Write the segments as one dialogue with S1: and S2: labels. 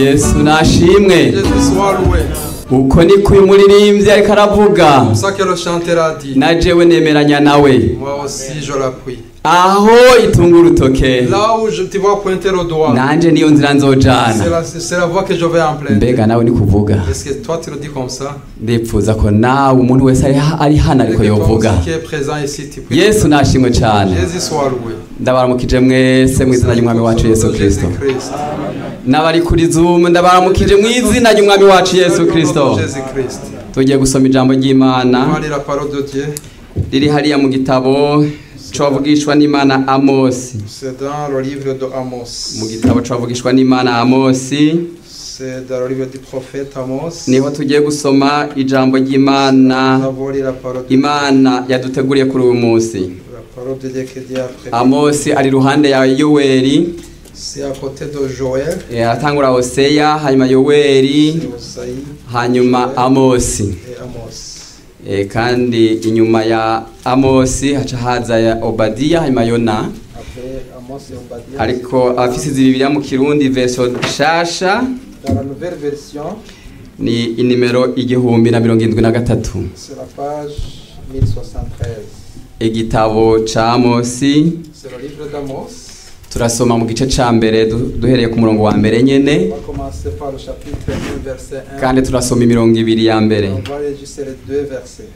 S1: yesu nashimwe
S2: Yet this world way.
S1: uko niko uyu muririmbyi ariko aravuga
S2: C'est ça que le chanteur a dit.
S1: na jewe nemeranya nawe
S2: Moi aussi, je l'appuie.
S1: aho itunga urutoke
S2: Là où je te vois pointer le doigt,
S1: nanjye niyo nzira
S2: c'est
S1: nzojana
S2: la, c'est la voix que je vais emprunter.
S1: mbega nawe ni kuvuga
S2: Est-ce que toi, tu le dis comme ça
S1: ndipfuza ko nawe umuntu wese ari ha- ari hano
S2: Et
S1: ariko
S2: que toi
S1: yovuga
S2: aussi qui est présent ici, tu puisses-
S1: yesu nashimwe cyane
S2: Jésus soit loué.
S1: ndabaramukije mwese mu izina ry'umwami wacu yesu kirisito
S2: Christ.
S1: n'abari kuri zoom ndabaramukije mu izina ry'umwami wacu yesu kirisito
S2: Jésus Christ. Hein?
S1: tugiye gusoma ijambo ry'imana
S2: On va lire la parole de Dieu.
S1: riri hariya mu gitabo cavugishwa n'imana amosi
S2: C'est dans le livre de Amos.
S1: mu gitabo cavugishwa n'imana amosi
S2: C'est dans le livre du prophète Amos.
S1: niho tugiye gusoma ijambo
S2: Nous
S1: ry'imana
S2: avons lu la parole de
S1: imana yaduteguriye kuri uyu munsi
S2: la parole de Dieu qui dit après.
S1: amosi ari iruhande ya yoweri
S2: C'est à côté de Joël,
S1: eh, aratangura hoseya hanyuma yoweri
S2: c'est Osaïe
S1: hanyuma amosi
S2: et Amos.
S1: Eh, kandi inyuma ya amosi haca haza ya obadiya hanyuma yona
S2: Après Amos et Obadiah.
S1: ariko
S2: Tá
S1: abafise izi bibiliya mu kirundi verso nshasha
S2: Dans la nouvelle version,
S1: ni inimero igihumbi na mirongo irindwi na gatatu
S2: c'est la page 1073.
S1: igitabo ca amosi
S2: C'est le livre d'Amos.
S1: turasoma mu gice ca mbere du- duhereye ku murongo wa mbere
S2: On
S1: nyene
S2: va commencer par le chapitre 1, verset um. Então, 1.
S1: kandi turasoma imirongo ibiri ya
S2: On
S1: mbere
S2: va aller jusqu'à les deux versets.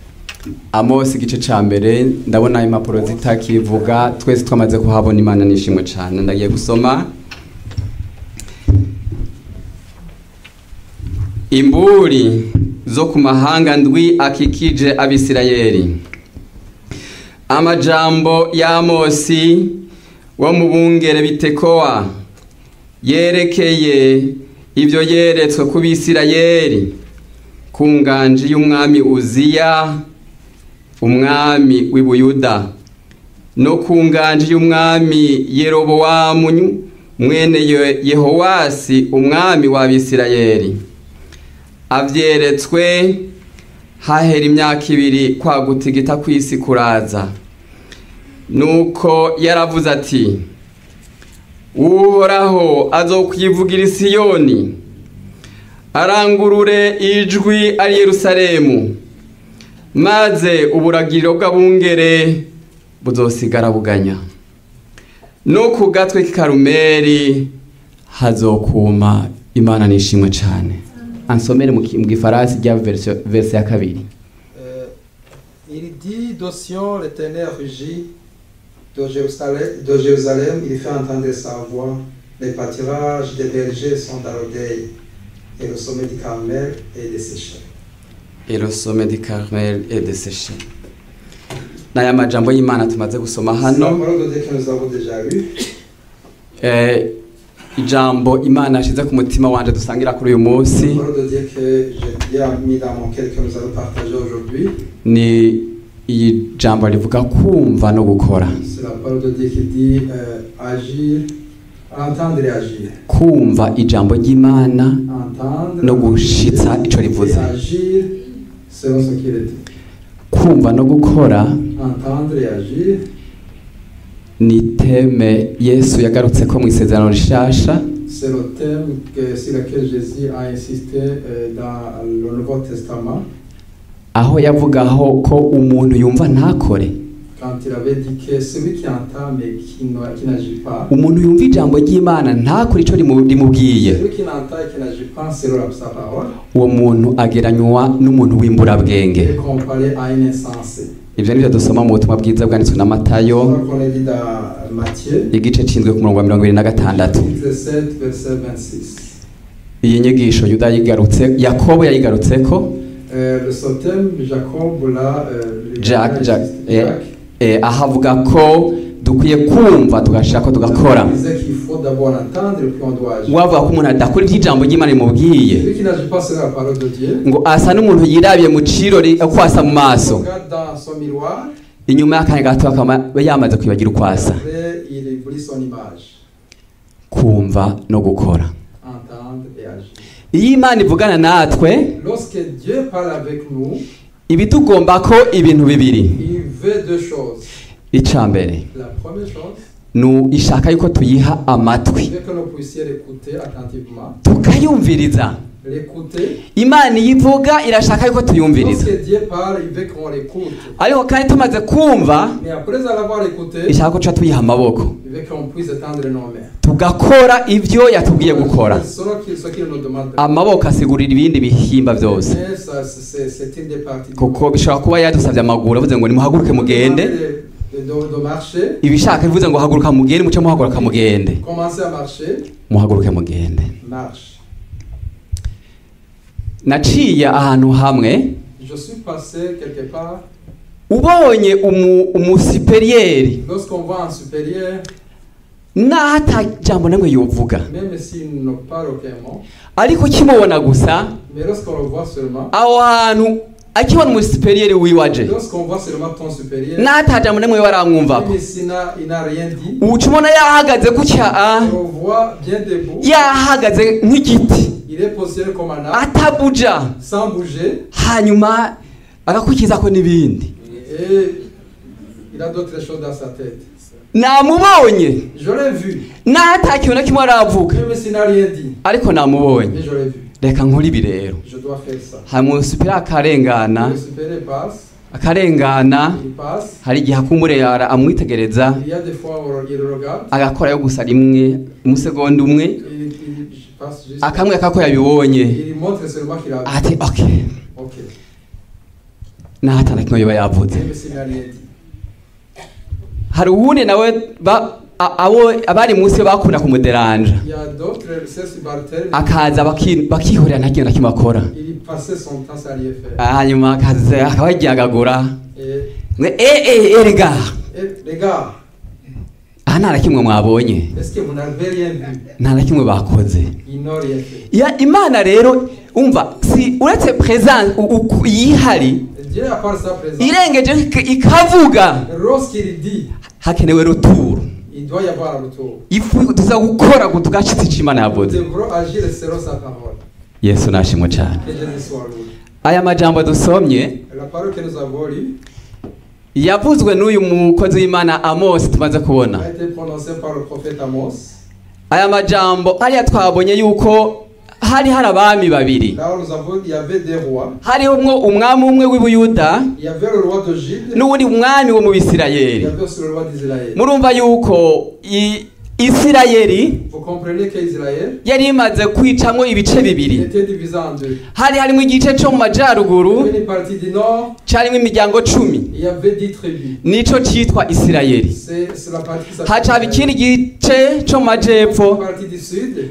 S1: amosi igice ca mbere ndabona impapuro zitakivuga twese twamaze kuhabona imana nishimwe cane ndagiye gusoma imburi zo ku mahanga ndwi akikije abisirayeli amajambo y'amosi wo mu bungere bitekowa yerekeye ibyo yeretswe ku bisirayeli ku nganji y'umwami uziya umwami w'i buyuda no ku nganji y'umwami yerobowamu mwene Ye- yehowasi umwami w'abisirayeli abyeretswe hahera imyaka ibiri kwagutigita ku isi kuraza nuko yaravuze ati uhoraho azokwivugira isi yoni arangurure ijwi ari yerusalemu maze uburagiro bw'abungere buzosigara buganya no ku gatwe k'i karumeri hazokuma imana nishimwe cyane ansomere mu ki- mu gifaransa rya verse verse ya kabiri
S2: Euh, il dit de Sion, l'éternel rugit, de Jérusalem, de Jérusalem, il fait entendre sa voix. Les pâtirages des bergers sont dans l'odeille, et le sommet du Carmel est desséché.
S1: erosome di carmel et de seche ni aya majambo y'imana tumaze gusoma
S2: C'est la
S1: hano
S2: parole de Dieu que nous avons déjà eue.
S1: Eh, ijambo imana yashyize ku mutima wanjye dusangira kuri uyu munsi
S2: La parole de Dieu que j'ai bien mis dans mon cœur que nous allons partager aujourd'hui.
S1: ni iyi jambo rivuga kumva no gukora
S2: C'est la parole de Dieu qui dit euh, agir, entendre et agir.
S1: kumva ijambo ry'imana
S2: Entendre
S1: No gushitsa ico rivuze.
S2: et agir selon ce qu'il est.
S1: kumva no gukora
S2: Entendre et agir,
S1: ni iteme yesu yagarutse ko mu isezerano rishasha
S2: c'est le thème que- sur lequel Jésus a insisté euh, dans le Nouveau Testament
S1: aho yavugaho ko umuntu yumva ntakore
S2: quand il avait dit que celui qui entend mais qui n'a- qui n'agit pas,
S1: umuntu yumva ijambo ry'imana ntakore icyo rimu- rimubwiye
S2: celui qui n'entend et qui n'agit pas selon la- sa parole,
S1: uwo muntu ageranywa n'umuntu w'imburabwenge
S2: est comparé à un insensé.
S1: ibyo ni byo dusoma mu butumwa bwiza bwanditswe na matayo
S2: Donc on est dit dans Matthieu,
S1: igice cyinzwe ku murongo wa mirongo irindwi na gatandatu
S2: chapitre 7, verset 26.
S1: iyi nyigisho yuda yayigarutse yakobo yayigarutseko
S2: Euh, le sotème Jacob, là, euh, le-
S1: Jack, Jack, eh,
S2: Jack,
S1: eh, aho avuga ko dukwiye kumva tugashaka ko tugakora
S2: il disait qu'il faut d'abord entendre et puis on doit agir.
S1: wavuga ko umuntu adakora iby'ijambo ry'imana rimubwiye
S2: Celui qui n'agit pas selon la parole de Dieu,
S1: ngo asa n'umuntu yirabiye mu kirori uko asa mu maso
S2: regarde dans son miroir,
S1: inyuma y'akanya gato akaba yamaze kwibagira uko asa
S2: après il oublie son image.
S1: kumva no gukora
S2: Entendre et agir.
S1: iyo imana ivugana natwe
S2: Lorsque Dieu parle avec nous,
S1: ibitugomba ko ibintu bibiri
S2: il veut deux choses.
S1: icya mbere
S2: La première chose,
S1: nu ishaka yuko tuyiha
S2: Je
S1: amatwi
S2: veux que nous puissions l'écouter attentivement.
S1: tukayumviriza
S2: L'écouter.
S1: imana iyo ivuga irashaka yuko tuyumviriza
S2: Lorsque Dieu parle, il veut qu'on l'écoute.
S1: ariko kandi tumaze kumva
S2: Mais après l'avoir écouté,
S1: ishaka ko tuca tuyiha amaboko
S2: il veut qu'on puisse étendre nos mains.
S1: tugakora ibyo yatubwiye gukora
S2: Selon qui- ce qu'il nous demande.
S1: amaboko asigurira ibindi bihimba byose
S2: Mais ça, c'est c'est une des parties. du
S1: kuko
S2: monde.
S1: bishobora kuba yadusabye amaguru avuze ngo nimuhaguruke mugende
S2: De, de, de- de marcher,
S1: ibishaka bivuze ngo haguruka mugende muce muhaguruka mugende
S2: commencer à marcher,
S1: muhaguruke mugende
S2: marche.
S1: naciye ahantu hamwe
S2: Je suis passé quelque part.
S1: ubonye umu- umusiperiyeri
S2: Lorsqu'on voit un supérieur,
S1: n'aho ata jambo namwe yovuga
S2: même s'il ne parle aucun mot,
S1: ariko ukimubona gusa
S2: mais lorsqu'on le voit seulement,
S1: aho hantu akibona umusiperiyeri wiwaje
S2: lorsqu'on voit seulement ton supérieur,
S1: n'aho ata jambo namwe baramwumvako
S2: même s'il n'a il n'a rien dit,
S1: uca ubona yahagaze gutya ah,
S2: on le voit bien debout,
S1: yahagaze nk'igiti
S2: il est posé comme un arbre,
S1: atabuja
S2: sans bouger,
S1: hanyuma agakurikizako n'ibindi
S2: et il a d'autres choses dans sa tête.
S1: namubonye
S2: Je l'ai vu,
S1: n'aho ata kintu na kimwe aravuga
S2: même s'il n'a rien dit,
S1: ariko namubonye
S2: mais je l'ai vu.
S1: reka nkore ibi rero
S2: Je dois faire ça.
S1: hari umusupira akarengana
S2: Le supérieur passe,
S1: akarengana
S2: il passe,
S1: hari igihe akumurera amwitegereza
S2: il y a des fois où il regarde,
S1: agakora yo gusa rimwe umusegonda umwe
S2: il, il passe juste,
S1: akamwe kako yabibonye
S2: il montre seulement qu'il a vu.
S1: ati ok
S2: Ok,
S1: n'aho ata na kimwe yoba yavuze
S2: même s'il n'a rien dit.
S1: hari uwundi nawe ba- a- abo abari munsi bakunda kumuderanja
S2: Il y a d'autres, c'est subalternes,
S1: akaza baki- bakihorera nta kintu na kimwe akora
S2: il passait son temps sans rien faire.
S1: hanyuma akaza akaba yagihagagura
S2: Et,
S1: ngo eee "Eh, erega
S2: et les gars,
S1: aha Ah, nta na kimwe mwabonye
S2: est-ce que vous n'avez rien vu
S1: nta na kimwe bakoze
S2: Ils n'ont rien fait.
S1: Ya- imana rero umva si uretse presence u- u- yihari
S2: Et Dieu, à part sa présence,
S1: irengeje ik- ikavuga
S2: lorsqu'il dit,
S1: hakenewe ruturo
S2: il doit y avoir un retour.
S1: ifu tuza gukora ngo tugashitse icyo imana
S2: Nous
S1: yavuze
S2: devrons agir selon sa parole.
S1: yesu nashimwe cyane
S2: Que Jésus soit loué.
S1: aya majambo dusomye
S2: La parole que nous avons lue
S1: yavuzwe n'uyu mukozi w'imana amosi tumaze
S2: a
S1: kubona
S2: été prononcée par le prophète Amos.
S1: aya majambo hariya twabonye yuko hari hari abami babiri
S2: Là, nous avons, il y avait des rois.
S1: hariho umwe umwami umwe w'ibuyuda
S2: Il y avait le roi de Gide,
S1: n'uwundi mwami wo mu
S2: il y
S1: bisirayeli
S2: avait aussi le roi d'Israël.
S1: murumva yuko i- isirayeli
S2: Vous comprenez qu'Israël
S1: yari imaze kwicamwo ibice bibiri
S2: était divisé en deux.
S1: hari harimo igice cyo mu
S2: Il y
S1: majyaruguru
S2: avait une partie du nord,
S1: cyarimo imiryango cumi
S2: il y avait dix tribus.
S1: nicyo cyitwa isirayeli
S2: C'est c'est la partie qui
S1: hacaba ikindi gice cyo mu
S2: La
S1: majyepfo
S2: partie du sud, il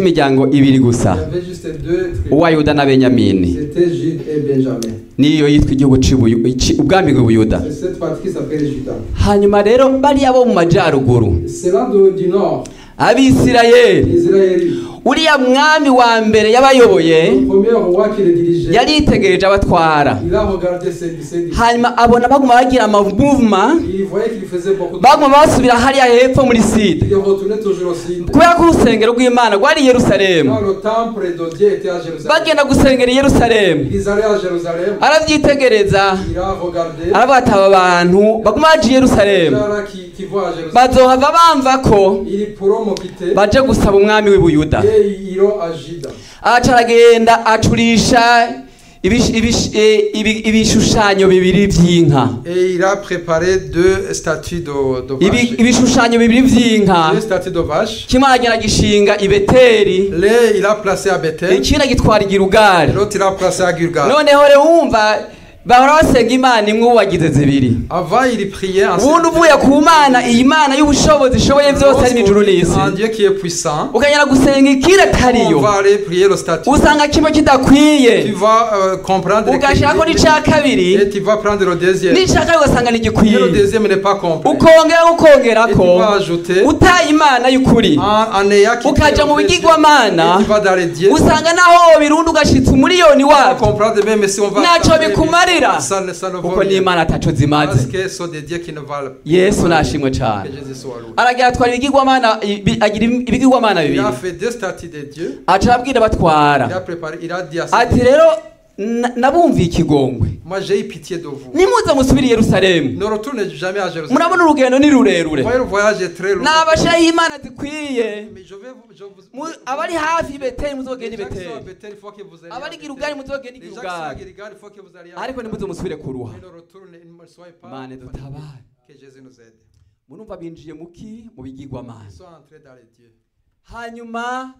S1: cy'imiryango ibiri
S2: y
S1: gusa
S2: avait juste deux tribus.
S1: uwa yuda na benyamini
S2: C'était Jude et Benjamin.
S1: niyo yitwa igihugu cy'Ubuyu- iki- ubwami bw'ubuyuda
S2: C'est cette partie qui s'appelle Juda.
S1: hanyuma rero bariya bo mu majyaruguru
S2: C'est là de- du nord,
S1: abisirayeli
S2: Israël.
S1: uriya mwami wa mbere yabayoboye
S2: Le premier roi qui le dirigeait,
S1: yari yitegereje abatwara
S2: il a regardé ses ses
S1: hanyuma abona baguma bagira amavuma
S2: Il voyait qu'il faisait beaucoup de
S1: baguma basubira hariya hepfo muri sida
S2: Il est retourné toujours au sud.
S1: kubera ko urusengero rw'imana rwari i
S2: Quand
S1: yerusalemu
S2: le temple de Dieu était à Jérusalem,
S1: bagenda gusengera i yerusalemu
S2: ils allaient à Jérusalem,
S1: arabyitegereza
S2: il a regardé.
S1: aravuga ati aba bantu baguma baje i yerusalemu
S2: Clara qui, qui voit à Jérusalem,
S1: bazohava bamva ko
S2: ils pourront me quitter
S1: baje gusaba umwami w'i buyuda
S2: et ils iront à Juda.
S1: aca aragenda acurisha ibish- ibish- eh, ibi- ibishushanyo bibiri by'inka
S2: Et il a préparé deux statues de, de
S1: Ibi-
S2: vaches.
S1: ibishushanyo bibiri by'inka
S2: Deux statues de vaches.
S1: kimwe aragenda gishinga i beteri
S2: L'un, il a placé à Bethel,
S1: ikindi agitwara igirugari
S2: l'autre, il a placé à Gilgal.
S1: noneho rero wumva bahora basenga imana imwe uwagize zibiri
S2: Avant, il priait en
S1: ubundi uvuye ku mana iyi mana y'ubushobozi ishoboye byose harimo ijuru n'isi
S2: un Dieu qui est puissant.
S1: ukagenda gusenga
S2: On
S1: ikiratariyo
S2: va aller prier le statut.
S1: usanga kimwe
S2: Tu
S1: kidakwiye
S2: vas euh, comprendre le
S1: ugashyirako
S2: crédit
S1: n'icya kabiri
S2: et tu vas prendre le deuxième. Et
S1: n'icya kabiri ugasanga ntigikwiye
S2: le deuxième n'est pas complet.
S1: ukongera
S2: Et
S1: ukongerako
S2: tu vas ajouter
S1: utaye imana y'ukuri
S2: en, en ayant quitté
S1: ukaja
S2: le
S1: mu
S2: deuxième.
S1: bigirwamana
S2: Et tu vas dans les dieux.
S1: usanga naho wobirunda ugashitsa umuriyoni
S2: Tu vas
S1: wabyo
S2: comprendre même si on va.
S1: ntacyo bikumarira
S2: Ça ne, ça ne vaut
S1: kuko
S2: rien.
S1: n'imana ataco
S2: Parce
S1: zimaze
S2: que ce sont des dieux qui ne valent
S1: yesu
S2: pas.
S1: nashimwe
S2: Que
S1: cyane
S2: Jésus soit loué.
S1: aragira atwara ibigirwamana ibi- agira ibigirwamana
S2: Il
S1: bibiri
S2: a fait deux statues de Dieu.
S1: aca arabwira
S2: Il a
S1: abatwara Ah,
S2: préparé, il a dit à ses
S1: ati rero na- nabumviye ikigongwe
S2: Moi, moi j'ai eu pitié de vous.
S1: nimuze musubire i yerusalemu
S2: Ne retournez jamais à Jérusalem.
S1: murabona urugendo ni rurerure
S2: Voyez le voyage est très long.
S1: ni abashayi imana zikwiye
S2: Mais je vais vous. Je vous
S1: Mu- abari hafi y'ibeteli muzogenda
S2: les gens qui sont à
S1: ibeteli
S2: Bethel, il faut que vous alliez. à
S1: abari
S2: Bethel.
S1: girugari muzogenda
S2: Les gens qui sont à
S1: igirugari
S2: Gilgal, il faut que vous alliez. à
S1: ariko
S2: Gilgal.
S1: nimuze musubire ku ruha
S2: Mais ne retournez, ne soyez pas.
S1: mane dutabare
S2: Que Jésus nous aide.
S1: murumva binjiye muki mu
S2: Ils
S1: bigirwamana
S2: sont entrés dans les dieux.
S1: hanyuma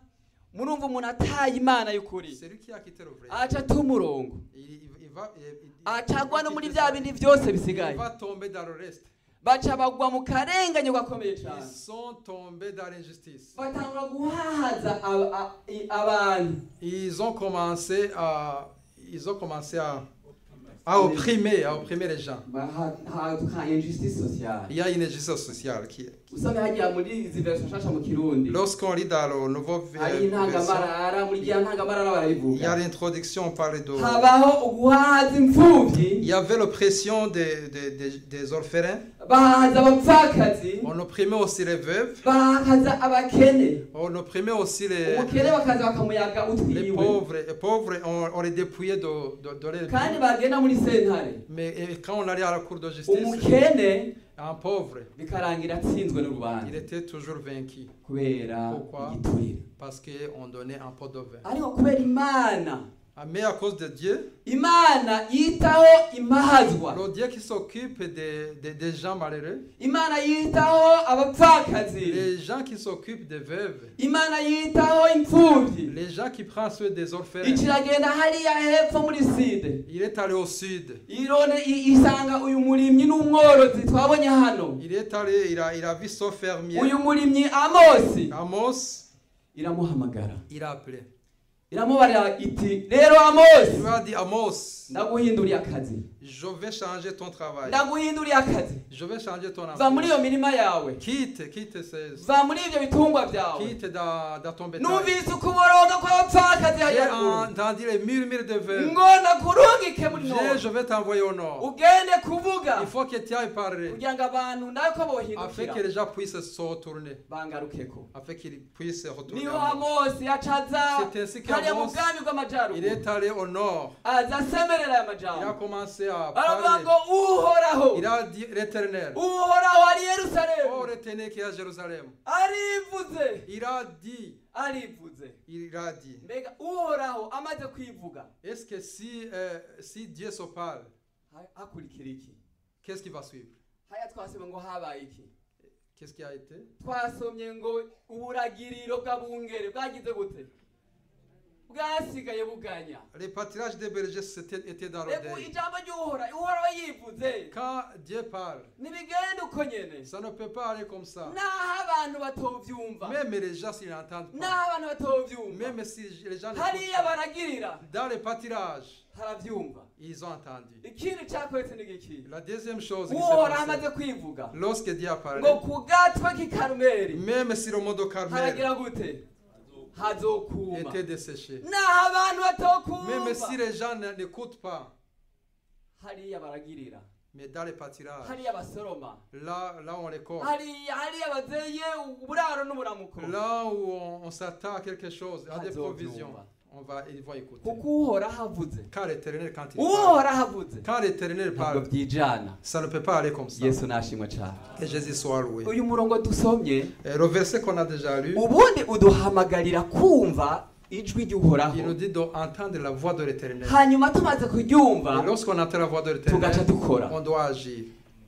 S1: murumva umuntu ataye imana y'ukuri
S2: Celui qui a quitté le vrai.
S1: acata umurongo
S2: Il, il- il va. il- il-
S1: acagwa no muri
S2: il
S1: bya
S2: va-
S1: bindi byose
S2: il
S1: bisigaye
S2: va tomber dans le reste.
S1: baca bagwa mu karengane gakomeye
S2: Ils
S1: cyane
S2: sont tombés dans l'injustice.
S1: batangura guhahaza aba- a- i- abantu
S2: Ils ont commencé à. Ils ont commencé à. À opprimer, à opprimer les gens.
S1: bahahaza injustice sociale
S2: Il y a une injustice sociale qui est.
S1: usanga hagiye muri izi version nshasha mu kirundi Ah,
S2: Lorsqu'on lit dans le nouveau v-
S1: hari
S2: version,
S1: intangamarara muri gihe ntangamarara
S2: il y a
S1: barabivuga
S2: l'introduction, on parle de.
S1: habaho guhahaza
S2: Il
S1: imfubyi
S2: y avait l'oppression des, des, des, des orphelins.
S1: bahahaza abapfakazi
S2: On opprimait aussi les veuves.
S1: bahahaza abakene
S2: On opprimait aussi les,
S1: umukene bakaza bakamuyaga
S2: Eh. les
S1: utwiwe
S2: pauvres. Les pauvres, on, on les dépouillait de, de, de leur-
S1: kandi bagenda muri sentare
S2: Mais et quand on allait à la cour de justice,
S1: umukene
S2: un pauvre,
S1: bikarangira atsinzwe
S2: il
S1: n'urubanza
S2: était toujours vaincu
S1: kubera
S2: Pourquoi?
S1: igiturire
S2: parce qu'on donnait un pot de vin.
S1: ariko kubera imana
S2: Ah, Mais à cause de Dieu,
S1: imana yitaho impazwa
S2: le Dieu qui s'occupe des, des, des gens malheureux,
S1: imana yitaho abapfakazi
S2: les gens qui s'occupent des veuves,
S1: imana yitaho imfubyi
S2: les gens qui prennent soin des orphelins,
S1: ikiragenda hariya hepfo muri side
S2: il est allé au sud.
S1: irone i- isanga uyu murimyi n'umworozi twabonye hano
S2: Il est allé, il a, il a vu son fermier.
S1: uyu murimyi amosi
S2: Amos,
S1: iramuhamagara
S2: il a appelé.
S1: iramubarira iti rero
S2: Il lui
S1: amosi
S2: a dit Amos,
S1: ndaguhinduriye akazi
S2: je vais changer ton travail.
S1: ndaguhinduriye akazi
S2: Je vais changer ton
S1: va muri
S2: emploi.
S1: iyo mirima yawe
S2: Quitte, quitte, ce- ce-
S1: va muri ibyo bitungwa byawe
S2: quitte dans, dans ton bétail.
S1: numvise ukuboroga kw'abapfakazi
S2: J'ai
S1: hajyaruguru
S2: entendu les murmures de veuves.
S1: ngo nakurungike muri
S2: Je,
S1: noro
S2: je vais t'envoyer au nord.
S1: ugende kuvuga
S2: Il faut que tu ailles parler
S1: kugira ngo abantu nawe ko
S2: afin que les
S1: bohindukira
S2: gens puissent se retourner.
S1: bangarukeko
S2: Afin qu'ils puissent se retourner.
S1: niho
S2: au nord.
S1: amosi acaza
S2: C'était ainsi que
S1: hariya mu
S2: Amos-
S1: bwami
S2: Il
S1: bw'amajyaruguru
S2: est allé au nord.
S1: aza asemerera aya
S2: Il a
S1: majyambere
S2: commencé à
S1: baravuga
S2: parler.
S1: ngo uhoraho
S2: Il a dit l'éternel.
S1: uhoraho ari i
S2: Oh,
S1: yerusalemu
S2: retenez qu'il y a Jérusalem.
S1: arivuze
S2: Il a dit,
S1: arivuze
S2: il a dit.
S1: mbega uhoraho amaze kwivuga
S2: Est-ce que si, euh, si Dieu se parle,
S1: ha- hakurikira iki
S2: qu'est-ce qui va suivre
S1: haya twasomye ngo habaye iki
S2: Qu'est-ce qui a été
S1: twasomye ngo uburagiriro bw'abungere bwagize gute bwasigaye buganya
S2: Le pâturage des bergers c'était- était dans
S1: reka
S2: l'Odèille.
S1: ijambo ry'uhoraho uhoraho yivuze
S2: Quand Dieu parle,
S1: ntibigende uko nyene
S2: ça ne peut pas aller comme ça.
S1: n'aho abantu batovyumva
S2: Même les gens s'ils n'entendent pas,
S1: n'aho abantu batovyumva
S2: même si les gens n'écoutent
S1: hariya baragirira
S2: pas, dans le pâturage,
S1: haravyumva
S2: ils ont entendu.
S1: ikindi cyakoretse ni gikiri
S2: La deuxième chose, qui s'est
S1: uhoraho
S2: passée,
S1: amaze kwivuga
S2: lorsque Dieu a parlé,
S1: ngo ku gatwe k'i karumeri
S2: même si le monde au Carmel
S1: haragira gute hazokuma
S2: était desséché,
S1: naho abantu
S2: même si
S1: batokumva
S2: les gens n- n'écoutent pas,
S1: hariya baragirira
S2: mais dans le pâturage,
S1: hariya basoroma
S2: là, là on les corps,
S1: hariya hariya bazeye uburaro n'uburamuko
S2: là où on, on s'attend à quelque chose, à des
S1: Hazor
S2: provisions,
S1: Yumba.
S2: on va, ils vont écouter.
S1: kuko uhoraho avuze
S2: Car l'éternel, quand
S1: Oh,
S2: il parle,
S1: uhoraho avuze
S2: quand l'éternel
S1: ntabwo
S2: parle,
S1: byijana
S2: ça ne peut pas aller comme ça.
S1: yesu nashimwe cyane
S2: Que Jésus soit loué.
S1: uyu murongo dusomye
S2: Et le verset qu'on a déjà lu,
S1: ubundi uduhamagarira kumva ijwi ry'uhoraho
S2: il nous dit d'entendre la voix de l'éternel.
S1: hanyuma tumaze kuryumva
S2: Et lorsqu'on entend la voix de
S1: tugaca
S2: l'éternel,
S1: dukora
S2: on doit agir.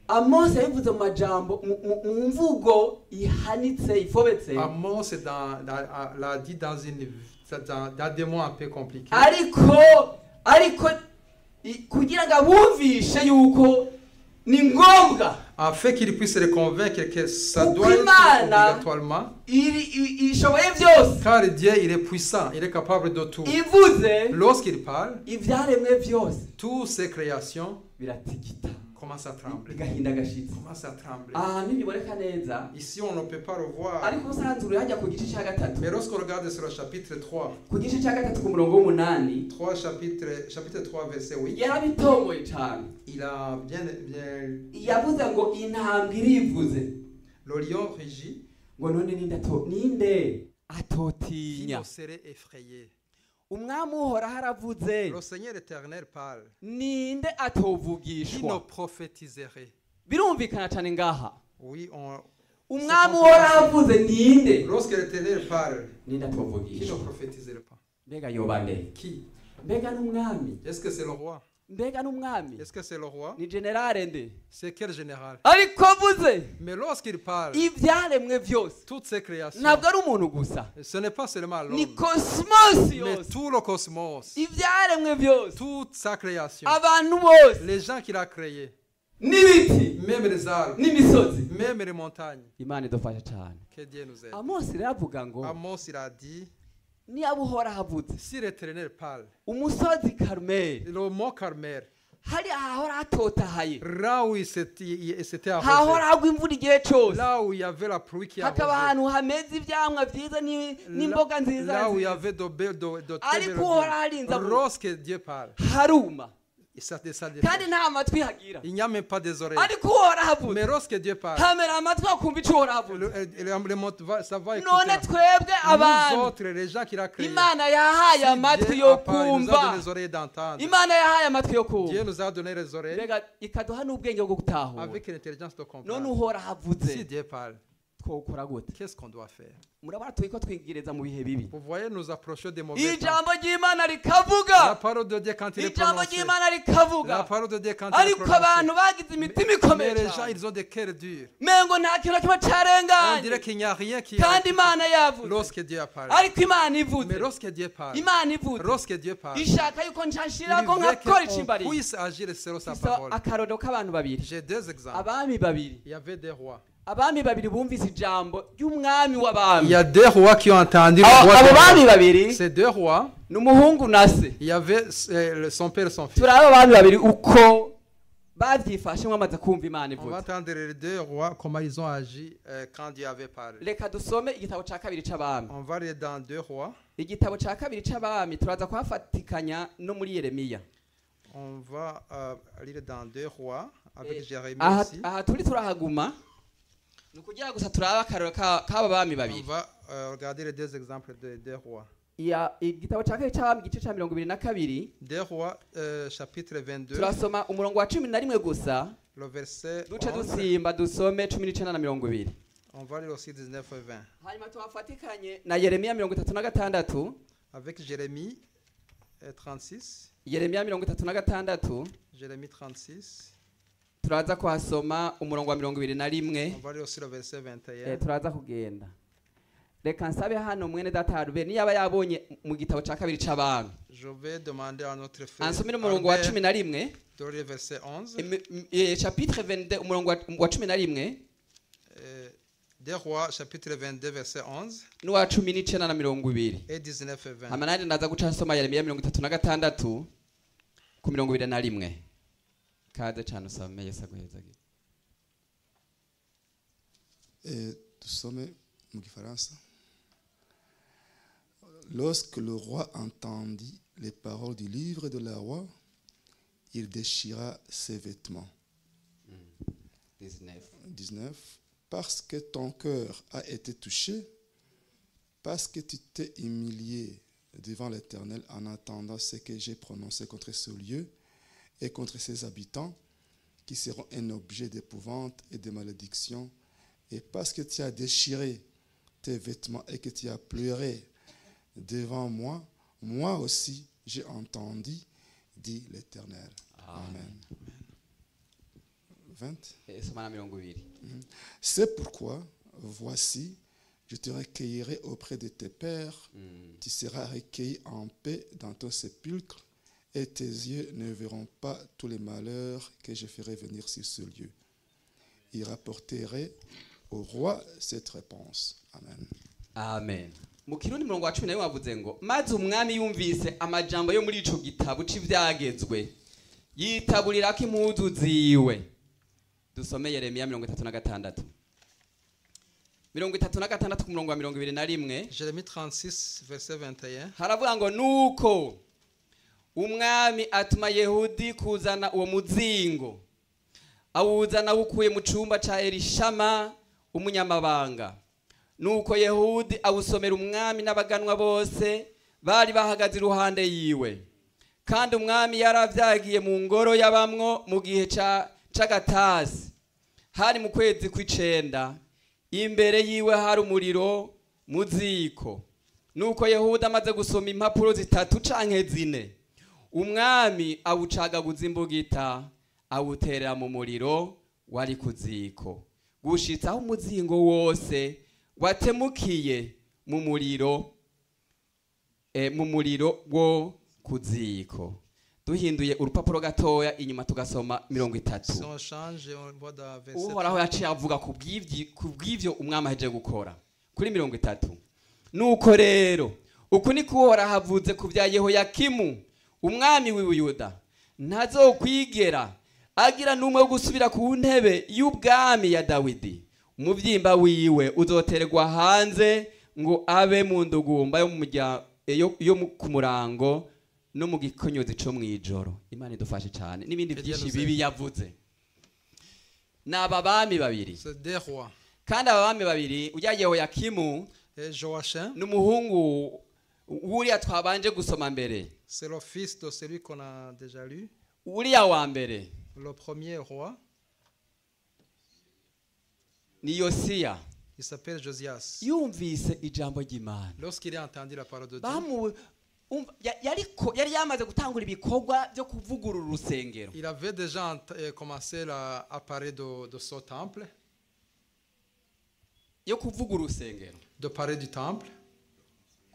S1: amosi yabivuze mu majambo mu- mu mu mvugo ihanitse ifobetse
S2: Amos est dans- dans- l'a dit dans, une, dans, dans des mots un peu compliqués.
S1: ariko ariko i- kugira ngo abumvishe yuko ni ngombwa
S2: Afin qu'il puisse les convaincre que ça
S1: Ou
S2: doit être
S1: primana.
S2: obligatoirement.
S1: iri- i- ishoboye byose
S2: Car Dieu, il est puissant, il est capable de tout.
S1: ivuze
S2: Lorsqu'il parle,
S1: ibyaremwe byose
S2: toutes ses créations
S1: biratigita
S2: commencent à trembler.
S1: igahinda gashyitsi
S2: Commencent à trembler.
S1: ahantu ntibiboneka Ah, neza
S2: Ici, on ne peut pas le voir.
S1: ariko usanzure hajya ku gice cya gatatu
S2: Mais lorsqu'on regarde sur le chapitre 3,
S1: ku gice cya gatatu ku murongo w'umunani
S2: 3 chapitre, chapitre 3, verset 8,
S1: yarabitongoye cyane
S2: il a bien, bien
S1: yavuze ngo intambwe irivuze
S2: le lion rugit,
S1: ngo none ninde ato ninde
S2: qui
S1: atotinya
S2: nous serait effrayé.
S1: umwami uhoraho aravuze
S2: Le Seigneur éternel parle.
S1: ninde
S2: Qui ne
S1: atovugishwa
S2: prophétiserait
S1: birumvikana cyane ngaha
S2: Oui, on...
S1: umwami uhoraho avuze ninde
S2: lorsque l'éternel parle,
S1: ninde
S2: qui ne
S1: atovugishwa
S2: prophétiserait pas
S1: mbega yoba nde
S2: Qui
S1: mbega n'umwami
S2: Est-ce que c'est le roi
S1: mbega n'umwami
S2: Est-ce que c'est le roi
S1: ni generale nde
S2: C'est quel général
S1: ariko avuze
S2: Mais lorsqu'il parle,
S1: ibyaremwe byose
S2: toutes ces créations,
S1: ntabwo ari umuntu gusa
S2: ce n'est pas seulement
S1: ni
S2: l'homme,
S1: kosimosi
S2: mais
S1: yose
S2: tout le cosmos,
S1: ibyaremwe byose
S2: toute sa création,
S1: abantu bose
S2: les gens qu'il a créés,
S1: n'ibiti
S2: même les arbres,
S1: n'imisozi
S2: même les montagnes,
S1: imana idufasha cyane
S2: que Dieu nous aide.
S1: amosi rero avuga ngo
S2: Amos, il a dit,
S1: niba uhora havutse
S2: si l'éternel parle,
S1: umusozi karumeri
S2: le mont Carmel,
S1: hari ahahora hatotahaye
S2: là où il s'était il s'était
S1: hahora
S2: arrosé,
S1: hagwa imvura igihe cyose
S2: là où il y avait la pluie qui
S1: hakaba
S2: arrosait,
S1: ahantu hameze ibyamwa byiza ah, n'i- n'imboga
S2: là,
S1: nziza
S2: là où il y
S1: nziza.
S2: avait de belles de, de
S1: Allez,
S2: très belles
S1: pour orar, les
S2: vignes.
S1: amours.
S2: Lorsque Dieu parle,
S1: haruma
S2: il ça- ça-
S1: kandi nta matwi hagira
S2: il n'y a même pas des oreilles.
S1: ariko uhora havutse
S2: Mais lorsque Dieu parle,
S1: hamera amatwi akumva icyo uhora havutse
S2: Le- le- le- le mot va- ça va écouter.
S1: none twebwe
S2: Nous
S1: abantu
S2: autres, les gens qui l'a créé.
S1: imana yahaye
S2: Dieu
S1: amatwi yo
S2: a parlé, nous a donné
S1: kumva
S2: les oreilles d'entendre.
S1: imana yahaye amatwi yo
S2: Dieu
S1: kumva
S2: nous a donné les oreilles
S1: mbega ikaduha n'ubwenge bwo gutahura
S2: avec l'intelligence de
S1: none
S2: comprendre.
S1: uhora
S2: Si
S1: havutse
S2: Dieu parle,
S1: twokora gute
S2: qu'est-ce qu'on doit faire
S1: murabona turi ko twigireza mu bihe bibi
S2: Vous voyez, nous approchons des mauvais temps.
S1: ijambo ry'imana
S2: La
S1: rikavuga
S2: parole de Dieu quand il est
S1: ijambo
S2: prononcé.
S1: ry'imana
S2: La
S1: rikavuga
S2: parole de Dieu quand il est
S1: ariko abantu
S2: prononcé.
S1: bagize imitima
S2: Mais
S1: ikomeye
S2: les gens,
S1: cyane
S2: ils ont des cœurs durs.
S1: mengo nta kintu na kimwe
S2: On
S1: cyarenganye
S2: dirait qu'il n'y a rien qui...
S1: kandi imana yavuze
S2: Lorsque Dieu parle.
S1: ariko imana ivuze
S2: Mais lorsque Dieu parle,
S1: imana ivuze
S2: lorsque Dieu parle, il
S1: ishaka yuko nshashira ko
S2: veut
S1: nkakora
S2: qu'on
S1: ikimbariye
S2: puisse agir selon sa
S1: gusa
S2: parole.
S1: akarodo k'abantu babiri
S2: J'ai deux exemples.
S1: abami babiri
S2: Il y avait des rois.
S1: abami babiri bumvise ijambo ry'umwami w'abami
S2: Il y a deux rois qui ont entendu
S1: Abo-
S2: voix
S1: abo
S2: de-
S1: bami babiri
S2: Ces deux rois,
S1: ni umuhungu na se
S2: il y avait euh, le- son père et son fils.
S1: turi aba bami babiri uko babyifashe bamaze kumva imana
S2: On va
S1: ivuze
S2: entendre les deux rois, comment ils ont agi euh, quand Dieu avait parlé.
S1: reka dusome igitabo cya kabiri cy'abami
S2: On va aller dans deux rois.
S1: igitabo cya kabiri cy'abami turaza kuhafatikanya no muri yeremiya
S2: On va euh, lire dans deux rois avec
S1: Eh,
S2: Jérémie
S1: aha
S2: aussi.
S1: aha turi turahaguma ni ukugira gusa turabe akarero ka- k'aba bami
S2: On
S1: babiri
S2: va euh, regarder les deux exemples des deux rois.
S1: Ya- igitabo cya kabiri cy'abami igice cya mirongo ibiri na kabiri
S2: Deux rois, euh, chapitre 22,
S1: turasoma umurongo wa cumi na rimwe gusa
S2: le verset
S1: duce
S2: 11.
S1: dusimba dusome cumi n'icyenda na mirongo ibiri
S2: On va lire aussi 19 et 20.
S1: hanyuma tuhafatikanye na yeremiya mirongo itatu na gatandatu
S2: Avec Jérémie euh, 36.
S1: yeremiya mirongo itatu na gatandatu
S2: Jérémie 36.
S1: turaza kuhasoma umurongo wa mirongo ibiri na rimwe
S2: On va lire aussi le verset 21.
S1: Eh, turaza kugenda reka nsabe hano mwene data harube niyaba yabonye mu gitabo cya kabiri cy'abantu
S2: Je vais demander à notre frère
S1: ansomere umurongo wa cumi
S2: Albert
S1: na rimwe
S2: de lire verset 11,
S1: Em- em- eh, chapitre 22 umurongo wa- wa cumi na rimwe
S2: euh, des rois, chapitre 22, verset 11
S1: n'uwa cumi n'icyenda na mirongo ibiri
S2: et 19 et 20.
S1: hama nanjye ndaza guca nsoma yeremiya mirongo itatu na gatandatu ku mirongo ibiri na rimwe kaze cyane usame yesu aguhezaga
S3: Et sommet Lorsque le roi entendit les paroles du livre de la roi, il déchira ses vêtements.
S1: 19
S3: 19. Parce que ton cœur a été touché, parce que tu t'es humilié devant l'Éternel en attendant ce que j'ai prononcé contre ce lieu et contre ses habitants, qui seront un objet d'épouvante et de malédiction, et parce que tu as déchiré tes vêtements et que tu as pleuré devant moi, moi aussi j'ai entendu, dit l'Éternel. Amen. 20.
S1: Eh, soma na mirongo ibiri
S3: C'est pourquoi, voici, je te recueillerai auprès de tes pères, tu seras recueilli en paix dans ton sépulcre, et tes yeux ne verront pas tous les malheurs que je ferai venir sur ce lieu. Il rapporterait au roi cette réponse. Amen.
S1: amen mu kirundi murongo wa cumi na rimwe wavuze ngo maze umwami yumvise amajambo yo muri ico gitabo c'ivyagezwe yitaburirako impuzu ziwe dusome yeremiya mirongo itatu na gatandatu mirongo itatu na gatandatu ku murongo wa mirongo ibiri na rimwe
S2: Jérémie 36, verset 21.
S1: haravuga ngo nuko umwami atuma yehudi kuzana uwo muzingo awuzana awukuye mu cyumba cya elishama umunyamabanga nuko yehudi awusomera umwami n'abaganwa bose bari bahagaze iruhande yiwe kandi umwami yari abyagiye mu ngoro y'abamwo mu gihe ca- c'agatasi hari mu kwezi kw'icenda imbere yiwe hari umuriro mu ziko nuko yehuda amaze gusoma impapuro zitatu canke zine umwami awucagaguza imbugita awuterera mu muriro wari ku ziko gushitsa aho umuzingo wose watemukiye mu muriro eh, mu muriro wo ku ziko duhinduye urupapuro gatoya inyuma tugasoma mirongo
S2: Si
S1: itatu
S2: on change, on voit dans verset
S1: uhoraho yaciye avuga ku bw'ibyi- ku bw'ivyo umwami aheje gukora kuri mirongo itatu nuko rero uku ni kuhoraho avuze ku bya yehoyakimu umwami w'ibuyuda ntazokwigera agira n'umwe wo gusubira ku ntebe y'ubwami ya dawidi umubyimba wiwe uzoterwa hanze ngo abe mu ndugumba yo mu murya- yo- yo mu- ku murango no mu gikonyozi co mw'ijoro imana idufashe cyane n'ibindi
S2: Dieu
S1: byinshi
S2: nous aide.
S1: bibi yavuze ni aba bami babiri
S2: C'est des rois.
S1: kandi aba bami babiri ujya yehoyakimu
S2: Et Joachim,
S1: ni umuhungu wuriya twabanje gusoma mbere
S2: c'est le fils de celui qu'on a déjà lu,
S1: uriya wa mbere
S2: le premier roi.
S1: ni yosiya
S2: Il s'appelle Josias.
S1: yumvise ijambo ry'imana
S2: Lorsqu'il a entendu la parole de Dieu,
S1: bamu umva- ya- yariko- yari yamaze gutangura ibikorwa byo kuvugurura urusengero
S2: il avait déjà ent- euh, commencé la- à parler de, de son temple,
S1: yo kuvugurura urusengero
S2: de parler du temple,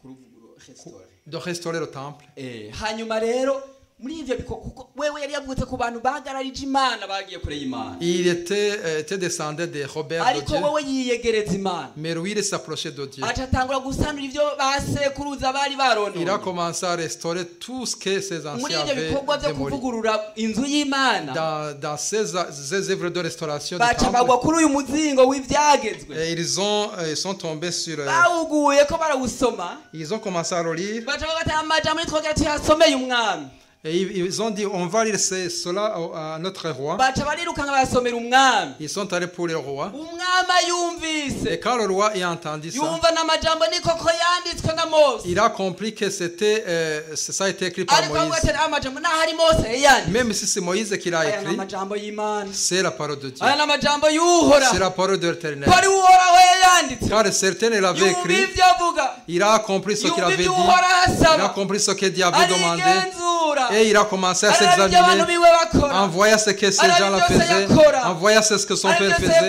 S1: kuruvugurura restaurant.
S2: de restaurer le temple.
S1: Eh, hanyuma rero muri ivyo bikorwa kuko wewe yari yavutse ku bantu bahagararije imana bagiye kure y'imana
S2: Il était, euh, était descendant de Robert de
S1: ariko
S2: Dieu,
S1: wowe yiyegereza imana
S2: mais lui, il s'approchait de Dieu.
S1: aca atangura gusanura ivyo basekuruza bari
S2: Il a
S1: barononye
S2: commencé à restaurer tout ce que ses
S1: muri
S2: anciens
S1: ivyo
S2: avaient
S1: bikorwa vyo
S2: démoli.
S1: kuvugurura inzu y'imana
S2: Dans, dans ces, ces œuvres de restauration du
S1: baca
S2: temple,
S1: bagwa kuri uyu muzingo w'ivyagezwe
S2: et ils, ont, euh, ils sont tombés sur... euh,
S1: Bah, bawuguye ko barawusoma
S2: Ils ont commencé à le lire
S1: baca bagatanga amajambo y'itwogera tuyasomeye umwami
S2: et ils ils ont dit on va lire ce- cela au- à notre roi.
S1: baca barirukanga bayasomera umwami
S2: Ils sont allés pour le roi.
S1: umwami
S2: Et
S1: ayumvise
S2: quand le roi a entendu ça,
S1: yumva n'amajambo ni koko yanditswe na mose
S2: il a compris que c'était euh, ça a été écrit par
S1: ariko
S2: Moïse.
S1: avuga ati "Aya amajambo naho ari mose yayanditse
S2: Même si c'est Moïse qui l'a
S1: aya ni
S2: écrit,
S1: amajambo y'imana
S2: c'est la parole de Dieu.
S1: aya ni amajambo y'uhoraho
S2: C'est la parole de l'Éternel.
S1: ko ari uhoraho yayanditse
S2: Car certains l'avaient
S1: yumva
S2: écrit,
S1: ibyo avuga
S2: il a compris ce qu'il
S1: yumva
S2: avait dit,
S1: ibyo uhoraho
S2: il a
S1: asaba
S2: compris ce que Dieu avait demandé
S1: arigenzura
S2: et il a commencé à
S1: arareba ibyo abantu
S2: s'examiner
S1: biwe bakora
S2: en voyant ce que ces gens-là faisaient, en voyant ce que son père faisait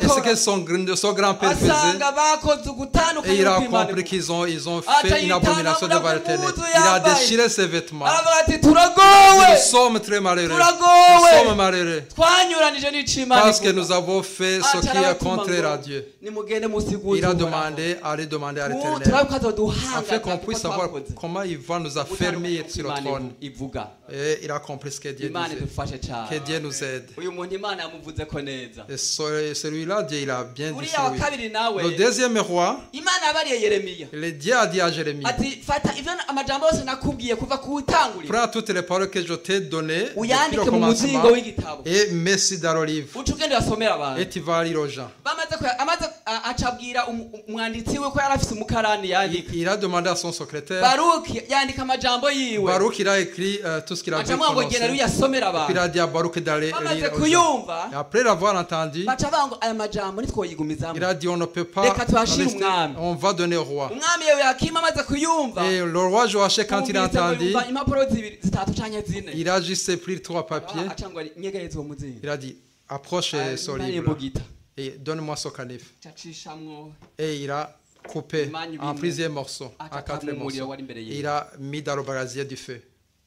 S2: et ce que son, gr- son grand-père faisait.
S1: asanga bakoze
S2: Et
S1: ugutandukanye
S2: il a
S1: n'ukwimana
S2: compris qu'ils ont, ils ont
S1: Ah, t'as
S2: fait
S1: eu
S2: une
S1: le temps,
S2: abomination
S1: non,
S2: devant
S1: non,
S2: l'éternel.
S1: non,
S2: Il a
S1: non,
S2: déchiré ses vêtements.
S1: aravuga ati turagowe
S2: Nous sommes très malheureux. Nous
S1: Turagowe.
S2: sommes malheureux.
S1: twanyuranije n'icimana
S2: Parce que nous avons fait ce qui est contraire à Dieu.
S1: nimugende musiguze
S2: Il a
S1: Uhoraho.
S2: demandé à les demander à
S1: Ubu
S2: l'éternel.
S1: turabe ko azoduhanga
S2: Afin qu'on
S1: atatu ko
S2: puisse savoir
S1: twakoze.
S2: comment il va nous affermir sur le
S1: Imana
S2: trône.
S1: ivuga
S2: Et il a compris ce que Dieu nous
S1: imana
S2: aide.
S1: idufashe
S2: Que
S1: cyane
S2: Dieu nous aide.
S1: uyu muntu imana yamuvuze ko neza
S2: Et ce- celui-là, Dieu, il a bien dit
S1: uriya wa
S2: celui.
S1: kabiri nawe
S2: Le deuxième roi,
S1: imana yabariye yeremiya
S2: le Dieu a dit à Jérémie,
S1: ati fata ivyo amajambo yose nakubwiye kuva ku utangurira
S2: prends toutes les paroles que je t'ai données depuis le
S1: uyandike mu muzingo
S2: commencement
S1: w'igitabo
S2: et merci dans le livre.
S1: uca ugenda uyasomera abantu
S2: Et tu vas lire aux gens.
S1: bamaze kuya- amaze a- acabwira umu- umwanditsi we ko yari afise umukarani yandika
S2: Il, il a demandé à son secrétaire.
S1: baruki yandika amajambo yiwe
S2: Baruch, il a écrit euh, tout ce qu'il avait
S1: acamwa ngo
S2: prononcé.
S1: genda
S2: Puis
S1: uyasomere
S2: il
S1: abantu
S2: a dit à Baruch d'aller
S1: bamaze
S2: lire aux gens. Et
S1: kuyumva
S2: après l'avoir entendu,
S1: baca bavuga ngo aya majambo
S2: il
S1: ntitwoyigumizamo
S2: a dit on ne peut pas.
S1: Reka tuhashire umwami.
S2: On va donner au roi.
S1: umwami yehoyakimu amaze kuyumva
S2: Et le roi Joachim, quand il a
S1: yumvise ngo
S2: entendu,
S1: yumva impapuro zibiri zitatu canke zine
S2: il a juste pris trois papiers.
S1: aca ngo nyegereze uwo muzingo
S2: Il a dit approche euh, ce
S1: Imana
S2: livre
S1: imbugita.
S2: et donne-moi ce canif.
S1: cacishamwo
S2: Et il Ah, a coupé
S1: Imana
S2: en
S1: ibintu.
S2: plusieurs morceaux, en
S1: Aca
S2: quatre
S1: akamwa umuriro
S2: morceaux.
S1: wari imbere
S2: Et il
S1: yiwe
S2: a mis dans le brasier du feu.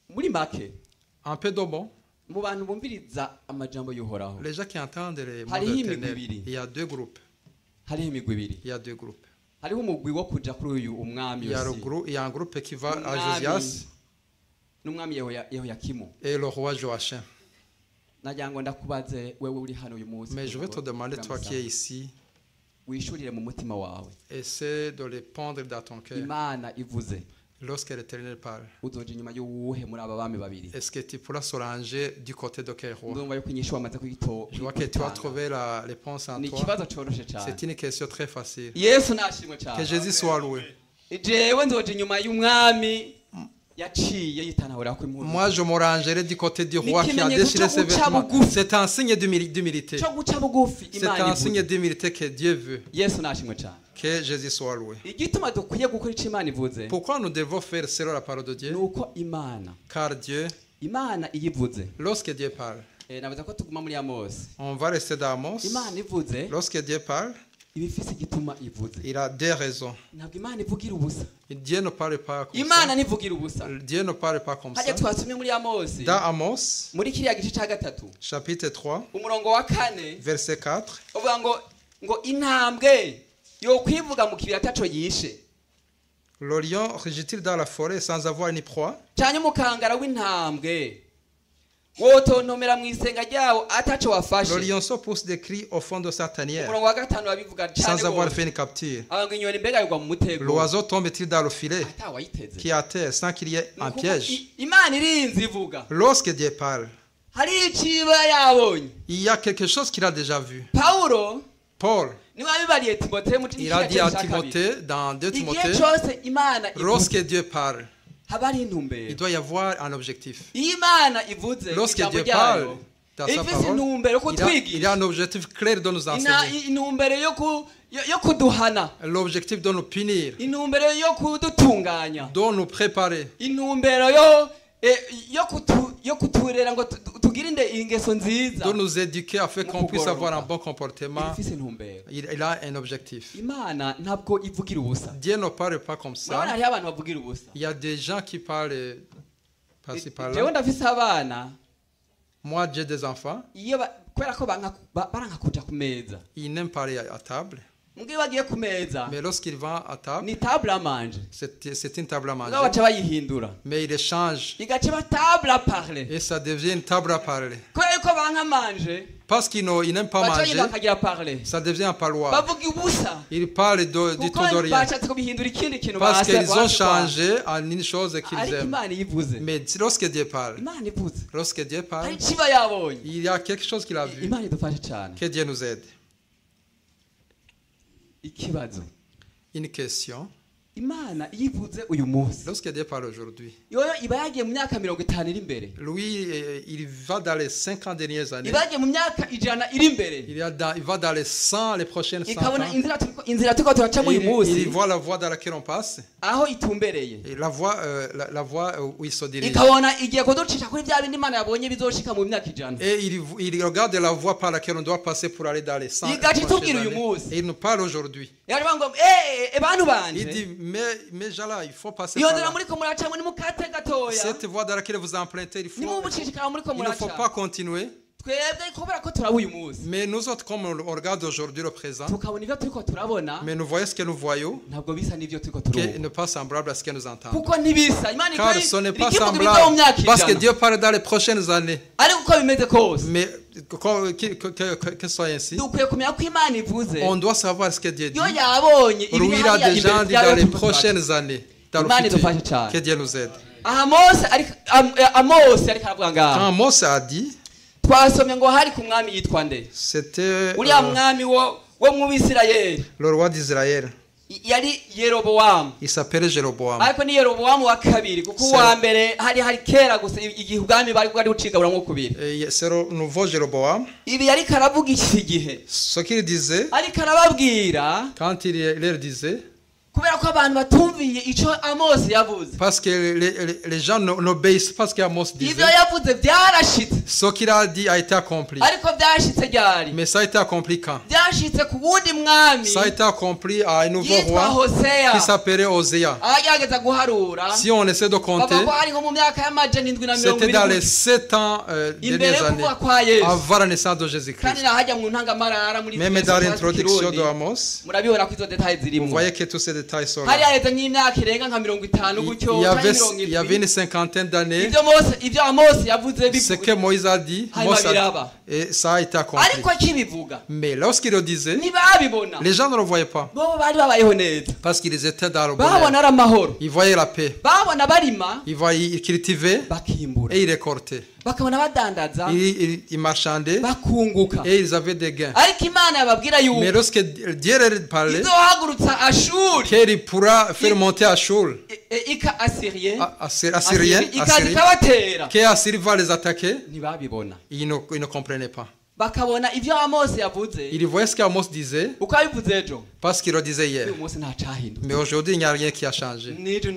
S1: muri make
S2: Un peu d'eau bon.
S1: mu bantu bumviriza amajambo y'uhoraho
S2: Les gens qui entendent les mots
S1: Hariho
S2: de
S1: imigwi
S2: l'Éternel,
S1: ibiri.
S2: il y a deux groupes.
S1: hariho imigwi ibiri
S2: Il y a deux groupes.
S1: hariho umugwi wo kuja kuri uyu umwami
S2: Il y a, le
S1: yosiya
S2: grou- il y a un groupe qui va à
S1: Umwami.
S2: Josias
S1: n'umwami Yehoya- yehoyakimu
S2: et le roi Joachim.
S1: nagira ngo ndakubaze wewe uri hano uyu munsi
S2: Mais je vais te demander, toi qui es ici,
S1: wishurire mu mutima wawe
S2: essaie de les pondre dans ton cœur
S1: imana ivuze
S2: lorsque l'Éternel parle.
S1: uzoja inyuma y'uwuhe muri aba bami babiri
S2: Est-ce que tu pourras se ranger du côté de quel roi
S1: ndumva yuko inyishu wamaze kuyito-
S2: Je vois que tu as
S1: kuyitanga.
S2: trouvé la réponse en
S1: ni
S2: toi.
S1: ikibazo coroshe
S2: C'est
S1: cyane
S2: une question très facile.
S1: yesu nashimwe
S2: Que
S1: cyane
S2: Jésus soit loué.
S1: jewe nzoja inyuma y'umwami yaciye yitanahura ko impunzi
S2: Moi, je me rangerai du côté du roi qui a
S1: N'ikimenyetso
S2: déchiré
S1: cyo
S2: ses
S1: guca
S2: vêtements.
S1: bugufi.
S2: C'est un signe d'humili- d'humilité.
S1: cyo guca bugufi
S2: C'est
S1: imana
S2: un signe
S1: ivuze
S2: d'humilité que Dieu veut.
S1: yesu nashimwe cyane
S2: Que Jésus soit loué.
S1: igituma dukwiye gukora icyo imana ivuze
S2: Pourquoi nous devons faire selon la parole de
S1: ni
S2: Dieu
S1: uko imana
S2: Car Dieu,
S1: imana iyo ivuze
S2: lorsque Dieu parle,
S1: eh, navuze ko tuguma muri amosi
S2: on va rester dans Amos.
S1: imana ivuze
S2: Lorsque Dieu parle,
S1: iba ifite igituma ivuze
S2: il a deux raisons.
S1: ntabwo imana ivugira ubusa
S2: Dieu ne parle pas comme
S1: imana
S2: ça.
S1: ntivugira ubusa
S2: Dieu ne parle pas comme ça.
S1: hajya twasomye muri amosi
S2: Dans Amos,
S1: muri kiriya gice cya gatatu
S2: chapitre 3,
S1: umurongo wa kane
S2: verset 4,
S1: uvuga ngo ngo intambwe yokwivuga mu kibira ataco yishe
S2: le lion rugit-il dans la forêt sans avoir ni proie
S1: cyane umukangara w'intambwe wotontomera mu isenga ryawo ataco
S2: Le
S1: wafashe
S2: lionceau pousse des cris au fond de sa tanière
S1: umurongo wa gatanu babivuga
S2: sans avoir fait
S1: cyane
S2: une capture.
S1: abantu inyoni mbega yagwa mu mutego
S2: L'oiseau tombe-t-il dans le filet
S1: atawayiteze
S2: qui est à terre sans qu'il y ait un piège
S1: imana irinzi ivuga
S2: Lorsque Dieu parle,
S1: hari iciba yabonye
S2: il y a quelque chose qu'il a déjà vu.
S1: pawulo
S2: Paul,
S1: niwe wabibariye timote mu
S2: il a dit à Timothée, dans 2
S1: igihe
S2: Timothée,
S1: cyose imana ivuze
S2: lorsque Dieu parle,
S1: haba ari
S2: il
S1: intumbero
S2: doit y avoir un objectif.
S1: iyo imana ivuze
S2: Lorsque
S1: ijambo
S2: Dieu
S1: ryayo
S2: parle dans sa
S1: ifite
S2: parole,
S1: intumbero yo
S2: il a, il y
S1: kutwigisha
S2: a un objectif clair de nous
S1: ina-
S2: enseigner.
S1: intumbero yo ku- yo yo kuduhana
S2: L'objectif de nous punir,
S1: intumbero yo kudutunganya
S2: de nous préparer.
S1: intumbero yo eh, yo kutu- yo kuturera ngo tu- tugirinde ingeso nziza
S2: de nous éduquer afin qu'on puisse avoir un bon comportement.
S1: ifite intumbero
S2: Il, il a un objectif.
S1: imana ntabwo ivugira ubusa
S2: Dieu ne parle pas comme
S1: murabona
S2: ça.
S1: hariho abantu bavugira ubusa
S2: Il y a des gens qui parlent par-ci
S1: jewe
S2: par-là.
S1: ndafise abana
S2: Moi, j'ai des enfants.
S1: iyo ba- kubera ko banka ba- baranka kuja ku meza
S2: Ils n'aiment parler à à table.
S1: mbwo iyo bagiye ku meza
S2: Mais lorsqu'ils vont à table,
S1: ni tabure amanje
S2: c'est c'est une table à
S1: mbwo
S2: manger.
S1: baca bayihindura
S2: Mais ils échangent.
S1: igace ba table à parler
S2: Et ça devient une table à parler.
S1: kubera yuko banka manje
S2: Parce qu'ils n'ont- ils n'aiment pas
S1: baca
S2: manger,
S1: yino bakagira parler
S2: ça devient un parloir.
S1: bavuga ubusa
S2: Ils parlent de- du
S1: kuko
S2: tout de rien.
S1: bashatse kubihindura ikindi kintu
S2: Parce
S1: base-
S2: qu'ils ont
S1: base-
S2: changé en une chose qu'ils
S1: ariko
S2: aiment.
S1: imana iyo ivuze
S2: Mais lorsque Dieu parle,
S1: imana ivuze
S2: lorsque Dieu
S1: hari
S2: parle,
S1: ikiba yabonye
S2: il y a quelque chose qu'il a vu.
S1: imana idufashe cyane
S2: Que Dieu nous aide.
S1: ikibazo
S2: Une question.
S1: imana iyo ivuze uyu munsi
S2: Lorsque Dieu parle aujourd'hui,
S1: yoyo iba yagiye mu myaka mirongo itanu iri imbere
S2: lui, euh, il va dans les 50 dernières années.
S1: iba yagiye mu myaka ijana iri imbere
S2: Il, y a dans- il va dans les 100, les prochaines 100
S1: ikabona
S2: ans. Il,
S1: inzira turiko- inzira turiko turacamo uyu
S2: il
S1: munsi
S2: voit la voie dans laquelle on passe,
S1: aho itumbereye
S2: et la voie, euh, la, la voie euh, où il se dirige.
S1: ikabona igiye kuducisha kuri bya bindi imana yabonye bizoshika mu myaka ijana
S2: Et il, il regarde la voie par laquelle on doit passer pour aller dans les 100.
S1: Il gâchit
S2: les
S1: tout
S2: prochaines
S1: qu'il y a eu
S2: années.
S1: mousse.
S2: Et il nous parle aujourd'hui.
S1: yaje ngo eh bantu
S2: Il dit,
S1: banje
S2: mais, mais Jala, il faut passer
S1: iyo
S2: par
S1: nzira
S2: là.
S1: muriko muracamo ni mukate gatoya
S2: Cette voie dans laquelle vous empruntez, il, faut,
S1: ni mubucishikara muriko
S2: il ne faut
S1: muraca
S2: pas continuer.
S1: twebwe kubera ko turaba uyu munsi
S2: Mais nous autres, comme on on regarde aujourd'hui le présent,
S1: tukabona ibyo turiko turabona
S2: Mais nous voyons ce que nous voyons,
S1: ntabwo bisa n'ibyo turiko
S2: qui
S1: turabona
S2: n'est pas semblable à ce que nous entendons.
S1: kuko ntibisa imana
S2: Car
S1: ikaba
S2: ce n'est
S1: iri
S2: pas
S1: kivuga ibiva mu
S2: semblable,
S1: myaka
S2: parce que
S1: ijana
S2: Dieu parle dans les prochaines années.
S1: ariko uko bimeze kose
S2: Mais que, que, que- que- que soit ainsi,
S1: dukwiye kumenya ko imana ivuze
S2: on doit savoir ce que Dieu dit.
S1: iyo yabonye ibiri
S2: Lui, il a
S1: hariya
S2: déjà dit
S1: yayo
S2: dans les
S1: turiko turabona.
S2: prochaines années, dans
S1: Imana
S2: le futur,
S1: idufashe cyane.
S2: que Dieu nous aide.
S1: aha mose ariko am- eh, amose ariko aravuga
S2: Quand
S1: ngaha
S2: Mose a dit,
S1: twasomye ngo hari ku mwami yitwa nde
S2: c'était
S1: uriya
S2: euh,
S1: mwami wo wo mu bisirayeli
S2: le roi d'Israël.
S1: i- yari yerobowamu
S2: Il s'appelait Jéroboam.
S1: ariko ni yerobowamu wa kabiri kuko uwa
S2: Sarah.
S1: mbere hari hari kera gusa i- igihe ubwami bari bwari bucigabura nko kubiri
S2: Et C'est le nouveau Jéroboam.
S1: ibi yariko aravuga iki gihe
S2: Ce qu'il disait,
S1: ariko arababwira
S2: quand il il leur disait,
S1: kubera ko abantu batumviye icyo amosi yavuze
S2: parce que les, les- les gens n'o- n'obéissent pas à ce qu'Amos disait.
S1: ibyo yavuze byarashitse
S2: Ce qu'il a dit a été accompli.
S1: ariko byashitse ryari
S2: Mais ça a été accompli quand
S1: byashitse ku wundi mwami
S2: Ça a été accompli à Ah. un nouveau
S1: yitwa
S2: roi
S1: hoseya
S2: qui s'appelait Oséa.
S1: aho agerageza guharura
S2: Si on essaie de compter,
S1: bavuga ko ari nko mu myaka y'amajana indwi na mirongo
S2: c'était dans les
S1: ibiri
S2: sept ans euh,
S1: imbere
S2: dernières
S1: yo
S2: années,
S1: kuvuka kwa yesu
S2: avant la naissance de
S1: kandi
S2: Jésus-Christ.
S1: nahajya mu ntangamarara muri
S2: Même
S1: twese
S2: dans
S1: twazi
S2: l'introduction
S1: Kirundi,
S2: de Amos,
S1: murabihora ko izo detaye
S2: vous
S1: zirimo
S2: voyez que tous ces détails sont
S1: hari
S2: là.
S1: haheze nk'imyaka irenga nka mirongo itanu
S2: Il
S1: gutyo
S2: il y avait,
S1: cyangwa mirongo
S2: il y avait
S1: irindwi.
S2: une cinquantaine d'années.
S1: ibyo mose ibyo amosi yavuze
S2: Ce que
S1: bivuga
S2: Moïse a dit,
S1: Ah, il
S2: Moïse
S1: va
S2: a
S1: bien
S2: dit,
S1: là-bas.
S2: et ça a été accompli.
S1: ariko akibivuga
S2: Mais lorsqu'il le disait,
S1: ntibabibona
S2: les gens ne le voyaient pas
S1: bo bari babayeho neza
S2: parce qu'ils étaient dans le
S1: babona
S2: bonheur.
S1: ari amahoro
S2: Ils voyaient la paix.
S1: babona barima
S2: Ils voyaient, ils cultivaient.
S1: bakimbura
S2: et ils récoltaient.
S1: bakabona badandaza
S2: Ils, ils- ils marchandaient
S1: Bah. bakunguka
S2: et ils avaient des gains.
S1: ariko imana yababwira
S2: Mais
S1: yuko
S2: lorsque Dieu leur parlait,
S1: izohagurutsa ashuri
S2: que Quel il pourra faire monter à Shaul,
S1: e- e- ika asirien
S2: à, à, Sy- à Syrien, à
S1: ikaza
S2: Syrie,
S1: ikabatera
S2: que Assyrie va les attaquer
S1: ntibabibona
S2: Ils ne, ils ne comprenaient pas.
S1: bakabona ibyo amosi yavuze
S2: Ils voyaient ce qu'Amos disait,
S1: uko yabivuze ejo
S2: parce qu'il le disait hier.
S1: uyu munsi ntacahindutse
S2: Mais aujourd'hui, il n'y a rien qui a changé.
S1: n'ejo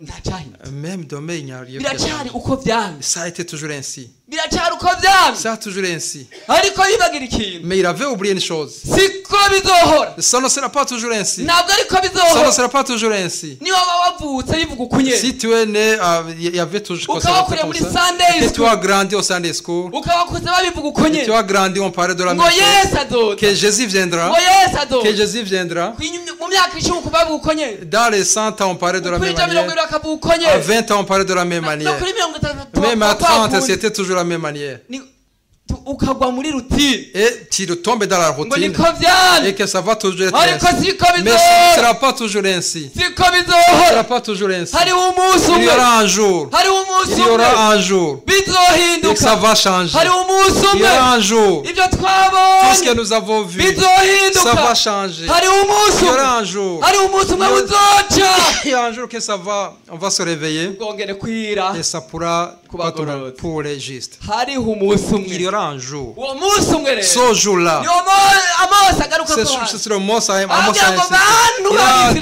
S1: ntacahindutse
S2: Même demain, il n'y a rien qui a
S1: biracyari
S2: changé.
S1: uko byanze
S2: Ça a été toujours ainsi.
S1: biracyari uko byanze
S2: Ça a toujours été ainsi.
S1: ariko bibagira ikintu
S2: Mais il avait oublié une chose.
S1: siko bizohora
S2: Ça ne sera pas toujours ainsi.
S1: ntabwo ariko
S2: Ça ne
S1: bizohora
S2: sera pas toujours ainsi.
S1: niba waba wavutse bivuga ukunye
S2: Si tu es né, euh, il y avait toujours
S1: Ukawa
S2: comme ça,
S1: kure muri
S2: comme ça.
S1: Sunday
S2: Et que
S1: school.
S2: tu as grandi au Sunday school.
S1: ukaba ukuze babivuga
S2: Et
S1: ukunye
S2: tu as grandi, on parlait de la même
S1: ngo
S2: chose.
S1: yesu azoza
S2: Que Jésus viendra.
S1: ngo yesu
S2: Que
S1: azoza
S2: Jésus viendra.
S1: Kwinyu- mu myaka icumi uku bavuga ukunye
S2: Dans les 100 ans, on parlait de la même
S1: kwinjira mirongo
S2: manière.
S1: irindwi bakavuga ukunye
S2: À 20 ans, on parlait de la même
S1: no
S2: manière.
S1: kuri mirongo itatu
S2: Même à 30,
S1: wakunze.
S2: c'était toujours la même manière.
S1: Ni- tu- ukagwa muri rutine
S2: Et tu tombes dans la
S1: ngo
S2: routine.
S1: niko byari
S2: Et que ça va toujours être
S1: ariko
S2: ainsi.
S1: siko
S2: Mais ce ne
S1: bizohora
S2: sera pas toujours ainsi.
S1: siko
S2: Ce ne sera
S1: bizohora
S2: pas toujours ainsi.
S1: hariho umunsi
S2: Il y
S1: umwe
S2: aura un jour.
S1: hariho umunsi
S2: Il y
S1: umwe
S2: aura un jour. Et que ça
S1: bizohinduka
S2: va changer.
S1: hariho umunsi
S2: Il y
S1: umwe
S2: aura un jour.
S1: ibyo
S2: Tout ce
S1: twabonye
S2: que nous avons vu, ça
S1: bizohinduka
S2: va changer.
S1: hariho umunsi
S2: Il y
S1: umwe
S2: aura un jour.
S1: hariho umunsi umwe buzoca
S2: Il y a un jour que ça va, on va se réveiller
S1: bwongere kwira
S2: et ça pourra être
S1: Kubagororotse.
S2: pour les justes.
S1: hariho umunsi
S2: Il y
S1: umwe
S2: aura un jour.
S1: uwo munsi umwe rero
S2: Ce jour-là,
S1: niwo mo- amaso agaruka
S2: c'est
S1: ko
S2: c'est le mot ça
S1: Ah, bien, bon, bah,
S2: Il a
S1: nous,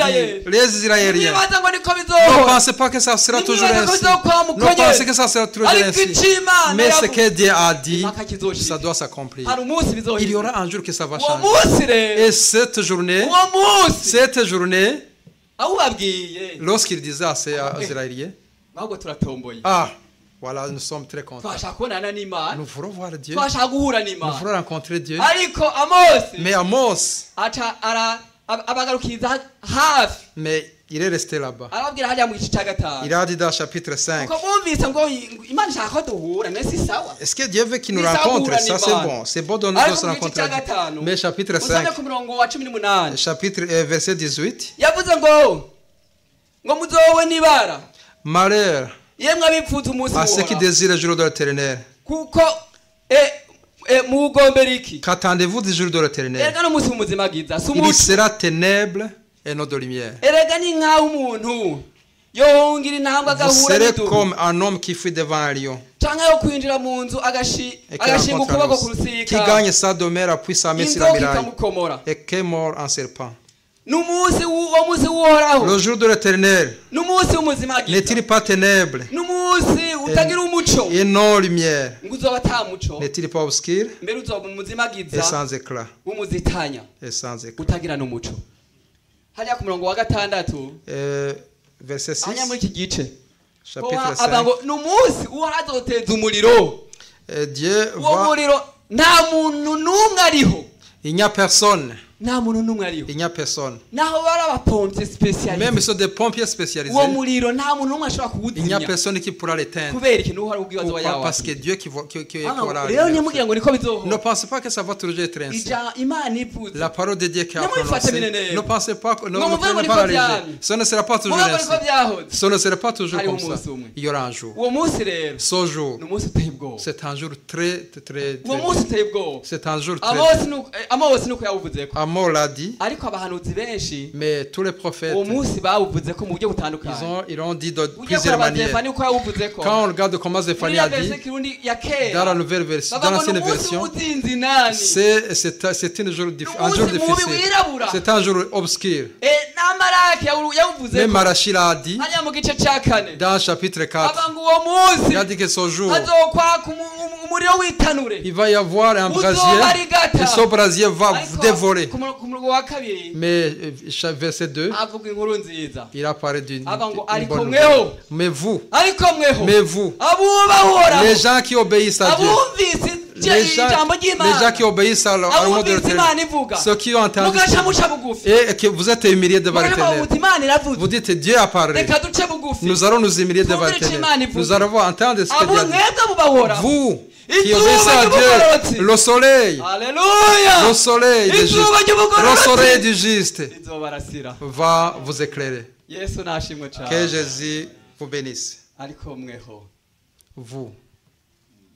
S1: les
S2: dit, les Israéliens.
S1: nibaza ngo niko
S2: Ne
S1: bizohora
S2: pensez pas que ça sera
S1: Ni
S2: toujours
S1: nibaza ko
S2: ainsi.
S1: bizokora mu
S2: Ne
S1: konye.
S2: pensez que ça sera toujours
S1: ariko
S2: ainsi.
S1: icyo imana
S2: Mais ce
S1: yavuze
S2: que Dieu a dit,
S1: impaka
S2: ça
S1: kizoshika
S2: doit s'accomplir.
S1: hari umunsi
S2: Il y
S1: bizohora
S2: aura un jour que ça va
S1: uwo
S2: changer.
S1: munsi rero
S2: Et cette journée,
S1: uwo munsi
S2: cette journée,
S1: aho ubabwiye
S2: lorsqu'il disait à ces à- aux Israéliens,
S1: ahubwo turatomboye
S2: ah, voilà, nous sommes très contents.
S1: twashaka kubonana n'imana
S2: Nous voulons voir Dieu.
S1: twashaka guhura
S2: Nous
S1: n'imana
S2: voulons rencontrer Dieu.
S1: ariko amosi
S2: Mais Amos,
S1: aca ara ab- abagarukiriza hafi
S2: mais il est resté là-bas.
S1: arababwira hariya mu gice cya gatanu
S2: Il a dit dans le chapitre 5,
S1: kuko bumvise ngo i- imana ishaka ko duhura mwese isawa
S2: Est-ce que Dieu veut qu'il nous
S1: Mais ça
S2: rencontre
S1: vous
S2: Ça, c'est
S1: l'animal. Ah,
S2: bon. C'est bon de nous
S1: ariko
S2: de se
S1: mu gice
S2: rencontrer.
S1: cya gatanu
S2: Mais chapitre
S1: usome
S2: 5,
S1: ku murongo wa cumi n'umunani
S2: chapitre, euh, verset 18.
S1: yavuze ngo ngo muzobona ibara
S2: Malheur
S1: yemwe abipfuza umunsi
S2: à ceux qui
S1: muhora
S2: désirent le jour de l'éternel.
S1: kuko e- e, muwugombera
S2: Eh.
S1: iki
S2: Qu'attendez-vous du jour de l'éternel
S1: erega n'umunsi w'umuzima bwiza si
S2: Il
S1: umuco
S2: sera ténèbres et non de lumière.
S1: erega ni nk'aho umuntu yohungira intambwe
S2: Vous
S1: agahura
S2: serez
S1: n'idubu
S2: comme un homme qui fuit devant un lion
S1: cyangwa yo kwinjira mu nzu agashi-
S2: et qui
S1: agashinga
S2: rencontre un
S1: ukuboko ku
S2: ours, qui
S1: rusika
S2: gagne sa demeure, puis sa main sur la
S1: inzoka
S2: muraille
S1: ikamukomora
S2: et qui est mort en serpent.
S1: ni umunsi w'u- wo munsi w'uhoraho
S2: Le jour de l'éternel
S1: ni umunsi w'umuzima bwiza
S2: n'est-il pas ténèbres
S1: ni umunsi utagira umuco
S2: et non lumière
S1: ngo uzoba ata muco
S2: N'est-il pas obscur
S1: mbere uzoba umuzima
S2: et
S1: bwiza
S2: sans éclat
S1: w'umuzitanya
S2: Et sans éclat.
S1: utagira n'umuco hariya ku murongo wa gatandatu
S2: Euh, verset 6,
S1: hariya muri iki gice
S2: chapitre
S1: avuga
S2: 5.
S1: ngo ni umunsi uhoraho azoteza umuriro
S2: Euh, Dieu
S1: uwo
S2: voit,
S1: muriro nta muntu n'umwe ariho
S2: il n'y a personne,
S1: nta muntu n'umwe ariho
S2: il n'y a personne.
S1: naho bari abapompe
S2: Même
S1: sipesiyaliste
S2: sur des pompiers spécialisés,
S1: uwo muriro nta muntu n'umwe ashobora
S2: il n'y a
S1: kuwuzimya
S2: personne qui pourra l'éteindre.
S1: kubera ikintu uhoraho ubwibazo
S2: Pourquoi
S1: wa yawe
S2: Parce que Dieu qui voit, qui, qui- qui
S1: Ah, ngo,
S2: aura
S1: rero
S2: le-
S1: ntimugira ngo niko
S2: Ne
S1: bizohora
S2: pensez pas que ça va toujours être ainsi.
S1: Ija- imana ivuze
S2: La parole de Dieu qui a
S1: Non, mais il faut
S2: prononcée,
S1: terminer les-
S2: ne pensez pas, que- ne,
S1: Non,
S2: ne
S1: mais vraiment,
S2: prenez
S1: il
S2: pas
S1: faut
S2: la
S1: dire.
S2: légère. Ce ne sera pas toujours
S1: murabona
S2: ainsi.
S1: niko byahoze
S2: Ce ne sera pas toujours
S1: Allez,
S2: comme
S1: au moins,
S2: ça.
S1: au moins.
S2: Il y aura un jour.
S1: uwo munsi rero
S2: Ce jour,
S1: ni umunsi uteye ubwoba
S2: c'est un jour très, très, très,
S1: uwo munsi uteye ubwoba
S2: c'est un jour très.
S1: amosi ni uko- eh, amosi ni uko yawuvuze ko
S2: Amor l'a dit,
S1: ariko abahanuzi benshi
S2: mais tous les prophètes,
S1: uwo munsi bawuvuze ko mu buryo
S2: ils
S1: butandukanye
S2: ont, ils ont dit de
S1: ujya
S2: plusieurs
S1: kureba
S2: manières.
S1: Zefani uko yawuvuze ko
S2: Quand on regarde comment
S1: muri
S2: Zéphanie
S1: ya
S2: a dit,
S1: verse kirundi ya
S2: dans la
S1: kera
S2: nouvelle version, dans
S1: bavuga ngo ni
S2: l'ancienne
S1: umunsi
S2: version,
S1: w'ubutinzi nani
S2: c'est c'est- c'est un jour, diffi- un jour
S1: Nous, nous,
S2: difficile.
S1: nous, nous,
S2: C'est un jour obscur.
S1: Eh, na maraki yawu- yawuvuze
S2: Même
S1: ko
S2: Marachil a dit,
S1: hariya mu gice cya kane
S2: dans le chapitre 4,
S1: bavuga ngo uwo munsi
S2: il a dit que ce jour,
S1: hazokwaka umu- umu- umuriro w'itanure
S2: il va y avoir un
S1: Nous,
S2: brasier,
S1: nous, nous,
S2: et ce brasier va
S1: Ariko,
S2: dévorer.
S1: ku mu- ku murongo wa kabiri
S2: Mais euh, cha- verset 2,
S1: havuga inkuru nziza
S2: il apparaît d'une
S1: Ah, bon,
S2: d'une
S1: allez,
S2: bonne
S1: comme eux.
S2: nouvelle. Mais vous,
S1: ariko mweho
S2: mais vous,
S1: abubaha uhoraho
S2: les gens qui obéissent à Dieu,
S1: abumvise
S2: les
S1: ijya-
S2: gens,
S1: ijambo
S2: les gens
S1: ry'imana
S2: qui obéissent à la- à la loi de
S1: abumvise imana
S2: l'éternel,
S1: ivuga
S2: ceux qui ont entendu
S1: mugaca muca bugufi
S2: et que vous êtes humiliés devant
S1: mugacamo
S2: l'éternel.
S1: muti imana
S2: Vous
S1: iravuze
S2: dites Dieu a parlé.
S1: reka duce bugufi
S2: Nous allons nous humilier devant
S1: Vous dites,
S2: l'éternel.
S1: Imani, vous-
S2: Nous allons entendre ce que
S1: abo
S2: Dieu a
S1: mwebwe mubahora
S2: dit. Vous qui
S1: Izuba
S2: obéissez à
S1: ry'umugororotsi.
S2: Dieu, le soleil, le
S1: haleluya
S2: soleil du juste,
S1: izuba
S2: le soleil
S1: ry'ubugororotsi
S2: du juste
S1: rizobarasira
S2: va vous éclairer.
S1: yesu nashimwe
S2: Que
S1: cyane
S2: Jésus vous bénisse.
S1: ariko mweho
S2: Vous,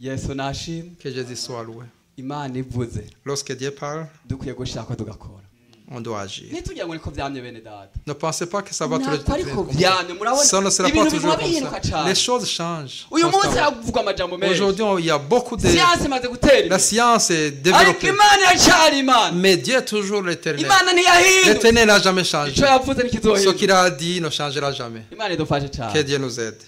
S1: yesu nashimwe
S2: que Jésus soit loué.
S1: imana ivuze
S2: Lorsque Dieu parle,
S1: dukwiye gushaka tugakora
S2: on doit agir.
S1: ntitugira ngo niko byamye bene data
S2: Ne pensez pas que ça va toujours
S1: ntabwo
S2: être
S1: ariko
S2: comme ça.
S1: byamye murabona
S2: Ça ne sera pas
S1: ibintu biguma
S2: toujours comme
S1: bihinduka
S2: ça.
S1: cyane
S2: Les choses changent.
S1: uyu munsi
S2: constamment.
S1: havugwa amajambo menshi
S2: Aujourd'hui, on- il y a beaucoup de...
S1: siyansi imaze gutera
S2: La
S1: imbere
S2: science est
S1: ariko
S2: développée.
S1: imana iracyari imana
S2: Mais Dieu est toujours l'éternel.
S1: imana ntiyahindutse
S2: L'éternel n'a jamais changé.
S1: icyo yapfuze
S2: Ce qu'il
S1: ntikizohinduka
S2: a dit ne changera jamais.
S1: imana idufashe
S2: Que
S1: cyane
S2: Dieu nous aide.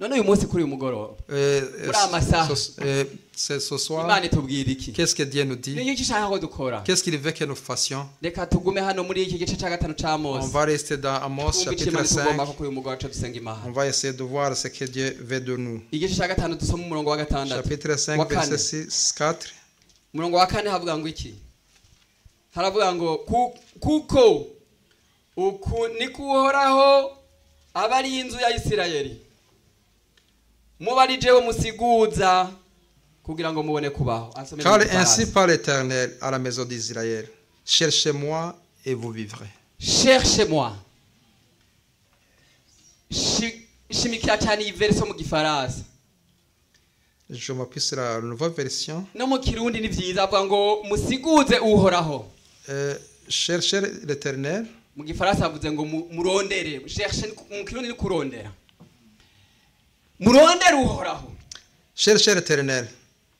S1: none uyu munsi kuri uyu mugoroba
S2: Euh, euh,
S1: Brahma, ça.
S2: ce, euh, ce- ce soir,
S1: imana itubwira iki
S2: qu'est-ce que Dieu nous dit
S1: ni iki ishaka ko dukora
S2: Qu'est-ce qu'il veut que nous fassions
S1: reka tugume hano muri iki gice cya gatanu cya
S2: On
S1: mose
S2: va rester dans Amos
S1: twumve icyo
S2: chapitre
S1: imana
S2: 5.
S1: itugomba ko kuri uyu mugoroba cyo dusenga imana
S2: On va essayer de voir ce que Dieu veut de nous.
S1: igice cya gatanu dusoma umurongo wa gatandatu
S2: Chapitre 5,
S1: Wa kane.
S2: verset 6, 4.
S1: umurongo wa kane havuga ngo iki haravuga ngo "Ku- kuko uku ni kuhoraho aba ari inzu ya isirayeli muba ari jewe musiguza kugira ngo mubone kubaho Ansomere
S2: Car
S1: mu Gifaransa.
S2: ainsi parle l'Éternel à la maison d'Israël. Cherchez-moi et vous vivrez.
S1: cherchez-moi Shi- shimikira cyane iyi verso mu gifaransa
S2: Je m'appuie sur la nouvelle version.
S1: no mu kirundi ni byiza avuga ngo musiguze uhoraho
S2: Euh, cherchez l'Éternel
S1: mu gifaransa havuze ngo mu- murondere cherche ni ku- mu kirundi ni kurondera murondere uhoraho
S2: Cherchez l'Éternel.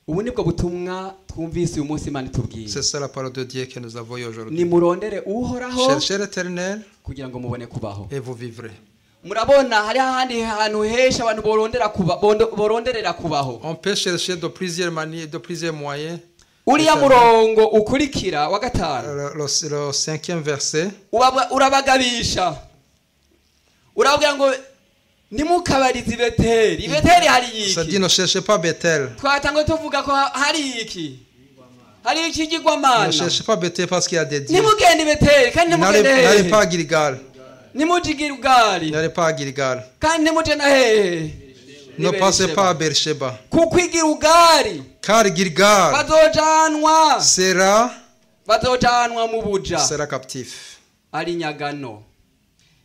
S1: ubu nibwo butumwa twumvise uyu munsi imana itubwiye
S2: C'est ça la parole de Dieu que nous avons eu aujourd'hui.
S1: ni murondere uhoraho
S2: Cherchez l'Éternel
S1: kugira ngo mubone kubaho
S2: et vous vivrez.
S1: murabona hari ahandi hantu henshi abantu borondera kuba- bondo- boronderera kubaho
S2: On peut chercher de plusieurs manières, de plusieurs moyens.
S1: uriya
S2: Etablissement.
S1: murongo ukurikira wa gatanu
S2: Euh, Le, le- le cinquième verset.
S1: ubabwa- urabagabisha urababwira ngo nimukabarize ibeteri ibeteri hari
S2: Ça dit
S1: iki
S2: ne cherchez pas Bethel.
S1: twatangwe tuvuga ko ha- hari iki hari iki
S2: Ne
S1: kigwamana
S2: cherchez pas Bethel parce qu'il y a des dieux.
S1: nimugende ibeteri kandi
S2: N'allez
S1: nimugende
S2: n'allez pas à
S1: hehe
S2: Gilgal.
S1: nimujigire ubwari
S2: N'allez pas à Gilgal.
S1: kandi nimuje na hehe
S2: Ne
S1: Ni
S2: passez
S1: Beersheba.
S2: pas à Beersheba.
S1: kuko igira ubwari
S2: Car Gilgal
S1: bazojanwa
S2: sera,
S1: bazojanwa mu buja
S2: sera captif.
S1: ari nyagano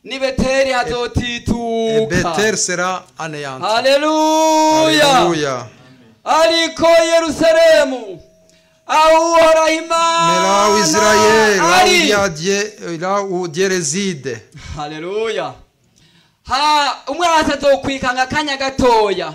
S1: ni beteri Oh,
S2: Et
S1: hazotituka
S2: Bethel sera anéanti.
S1: haleluya
S2: Alléluia.
S1: ariko yerusalemu aho uhoraho
S2: Mais
S1: Ah,
S2: là où Israël,
S1: imana
S2: là où il
S1: ari
S2: y a Dieu, euh, là où Dieu réside,
S1: haleluya ha umwana azokwikanga akanya gatoya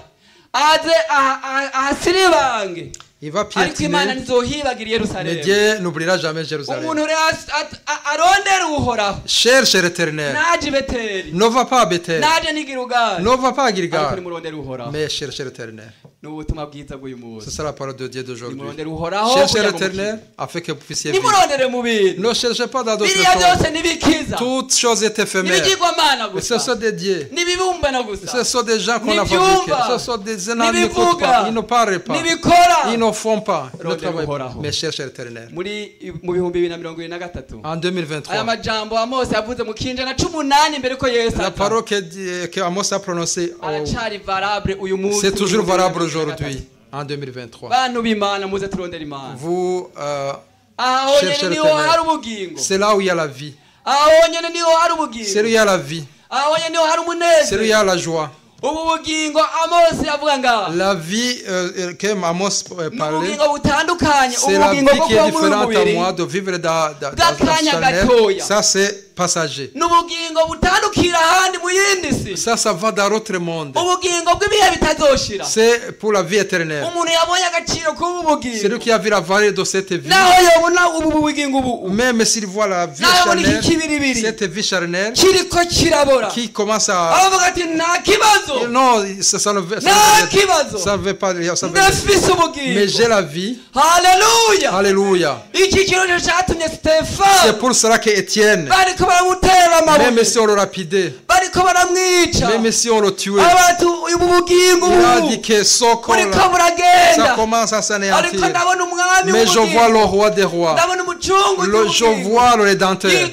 S1: aze aha- aha- ahasiribange
S2: il va
S1: ariko imana
S2: piétiner.
S1: ntizohibagira i
S2: Mais
S1: yerusalemu
S2: Dieu n'oubliera jamais
S1: umuntu
S2: Jérusalem.
S1: rero as- at- a- arondera uhoraho
S2: Cherche l'Éternel.
S1: naje i beteri
S2: Ne va pas à Bethel.
S1: naje n'igirugali
S2: Ne va pas à
S1: ariko
S2: Gilgal.
S1: nimurondera uhoraho
S2: Mais cherchez l'Éternel.
S1: ni ubutumwa bwiza bw'uyu
S2: C'est
S1: munsi
S2: ça la parole de Dieu d'aujourd'hui.
S1: nimurondere uhoraho
S2: Cherchez
S1: kugira ngo
S2: l'Éternel afin que vous puissiez
S1: mukire.
S2: vivre.
S1: nimurondere mu bintu
S2: Ne cherchez pas dans d'autres
S1: biriya byose
S2: choses.
S1: ntibikiza
S2: Toutes choses est éphémères.
S1: n'ibigirwamana
S2: Et Ce
S1: gusa
S2: sont des dieux.
S1: n'ibibumbano
S2: Ce
S1: gusa
S2: sont des gens qu'on
S1: Ni
S2: a fabriqués.
S1: byumba.
S2: Ce sont des
S1: Ni
S2: énormes qui n'écoutent
S1: bivuga.
S2: pas. Ils ne parlent pas.
S1: Nibikora.
S2: Ils ne font pas. Ils ne
S1: Rondez
S2: travaillent pas.
S1: Uhoraho.
S2: Mais cherchez l'Éternel.
S1: muri mu bihumbi bibiri na mirongo irindwi na gatatu
S2: En
S1: aya
S2: 2023,
S1: majambo amose yavuze mu kinjana cumi n'umunani mbere ko yesu
S2: la
S1: aza.
S2: parole que, Dieu- que Amos a prononcée, oh,
S1: aracari valable uyu munsi
S2: c'est toujours
S1: mu
S2: Bah.
S1: bihumbi bibiri na mirongo
S2: valable
S1: irindwi na
S2: aujourd'hui,
S1: gatatu.
S2: en 2023.
S1: bantu b'imana muze turondere imana
S2: Vous, euh,
S1: aho
S2: Cherchez
S1: honyine niho
S2: l'Éternel.
S1: hari ubugingo
S2: c'est là où il y a la vie.
S1: aho honyine niho hari
S2: C'est là où il
S1: ubugingo
S2: y a la vie.
S1: aho honyine niho hari
S2: C'est là où il y
S1: umunezero
S2: a la joie.
S1: ubu bugingo amose yavuga ngaha
S2: La vie euh, que Amos euh,
S1: ni
S2: parlait,
S1: ubugingo butandukanye
S2: c'est la vie
S1: ubugingo bwo
S2: qui est
S1: kuba muri uyu
S2: différente à
S1: mubiri
S2: moi de vivre dans, dans, dans
S1: Bw'akanya
S2: la charnelle.
S1: gatoya.
S2: Ça, c'est passager.
S1: n'ubugingo butandukira ahandi mu yindi si
S2: Ça, ça va dans l'autre monde.
S1: ubugingo bw'ibihe bitazoshira
S2: C'est pour la vie éternelle.
S1: umuntu yabonye agaciro k'ubu
S2: C'est lui
S1: bugingo
S2: qui a vu la valeur de cette vie.
S1: naho yabona ubu bugingo ubu ubu
S2: Même s'il voit la vie
S1: Non,
S2: charnelle,
S1: qui- qui- qui- qui-
S2: cette vie charnelle
S1: kiriko kirabora
S2: qui commence à...
S1: abavuga ati nta kibazo
S2: Non, ça, ça ne veut ça
S1: nta
S2: ne veut- ça
S1: kibazo
S2: ne veut pas dire... ça veut dire-
S1: ndafise
S2: Mais j'ai
S1: ubugingo
S2: la vie.
S1: haleluya
S2: Alléluia.
S1: iki kirori cyatumye
S2: C'est
S1: sitefani
S2: pour cela que Étienne,
S1: bariko baramutera
S2: même
S1: amabuye
S2: si on le rapidait,
S1: bariko baramwica
S2: même si on le tuait,
S1: abantu ubu bugingo
S2: il a dit
S1: ubu
S2: que son corps,
S1: buriko
S2: là, ça
S1: buragenda
S2: commence à
S1: ariko
S2: s'anéantir.
S1: ndabona umwami
S2: Mais je vois
S1: w'ubugingo
S2: le roi des rois.
S1: ndabona umucungu
S2: Le- je vois le rédempteur.
S1: yitegure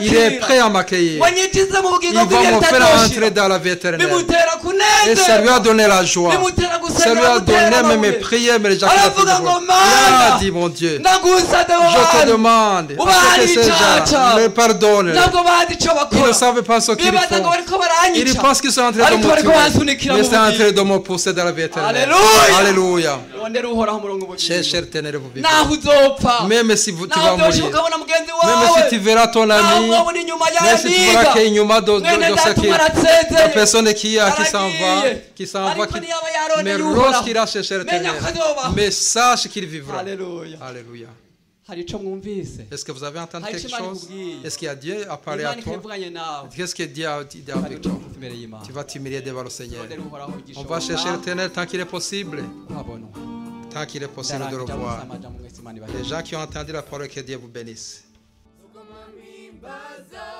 S2: Il est prêt
S1: kunyakira
S2: à m'accueillir.
S1: wanyitize mu
S2: Il
S1: bugingo
S2: va me faire entrer
S1: bw'ibiyatadoshira
S2: dans la vie éternelle.
S1: bimutera
S2: Et ça lui a
S1: kunezera
S2: donné la joie.
S1: bimutera
S2: Ça lui
S1: gusenga
S2: a donné
S1: bimutera
S2: même mes
S1: amabuye
S2: prières, mes
S1: Alors,
S2: éjaculations.
S1: vous en demandez.
S2: Il a dit, mon Dieu,
S1: ndagusabye abo
S2: je te
S1: bantu
S2: demande,
S1: Vous
S2: accepte
S1: allez,
S2: ces
S1: ciao,
S2: gens,
S1: ciao.
S2: me pardonne.
S1: ntabwo bazi icyo
S2: Ils ne
S1: bakora
S2: savent pas ce qu'ils
S1: bibaza ngo
S2: font.
S1: bariko
S2: Ils
S1: baranyica
S2: pensent qu'ils sont en train de
S1: Allez, toi,
S2: me
S1: le commence, on
S2: tuer,
S1: écrit la
S2: mais c'est en
S1: maudite.
S2: train de me pousser dans la vie éternelle.
S1: Alléluia.
S2: Alléluia.
S1: none ruhoraho umurongo
S2: Cher-
S1: ubugingo
S2: cher tenez vous vivant.
S1: naho uzopfa
S2: Même si vous- tu
S1: naho
S2: vas
S1: uzosha
S2: mourir,
S1: ukabona mugenzi
S2: même
S1: wawe
S2: si tu verras ton
S1: naho
S2: ami,
S1: umwabona inyuma
S2: même si tu
S1: y'abiga
S2: verras qu'il y a Inyuma dans- dans-
S1: mwene
S2: dans sa
S1: data
S2: quête.
S1: umwana
S2: la
S1: atsezeye
S2: personne qui a, qui s'en va,
S1: aragiye
S2: qui s'en va,
S1: ariko
S2: qui...
S1: ntiyaba yarone
S2: mais
S1: y'uhoraho
S2: lorsqu'il a cherché
S1: menya
S2: l'éternel,
S1: ko azobaho
S2: mais sache qu'il vivra.
S1: haleluya
S2: Alléluia.
S1: hari ico mwumvise
S2: Est-ce que vous avez entendu
S1: Ah,
S2: quelque
S1: Ishimani
S2: chose
S1: Bouguille.
S2: Est-ce qu'il y a Dieu à parler à
S1: imana
S2: toi
S1: ikabivuganye nawe
S2: Qu'est-ce que Dieu a dit
S1: Hari
S2: avec toi
S1: ubutunzi imbere y'Imana.
S2: Tu vas t'humilier devant le Seigneur.
S1: None ruhoraho
S2: On
S1: igishobora
S2: va chercher l'éternel tant qu'il est possible.
S1: kuhabonwa
S2: Tant qu'il est possible de le
S1: Ndarangiza
S2: voir.
S1: gusama jambo mwese Imana ibahe.
S2: Les gens qui ont entendu la parole, que Dieu vous bénisse.
S4: Soko mami mbaza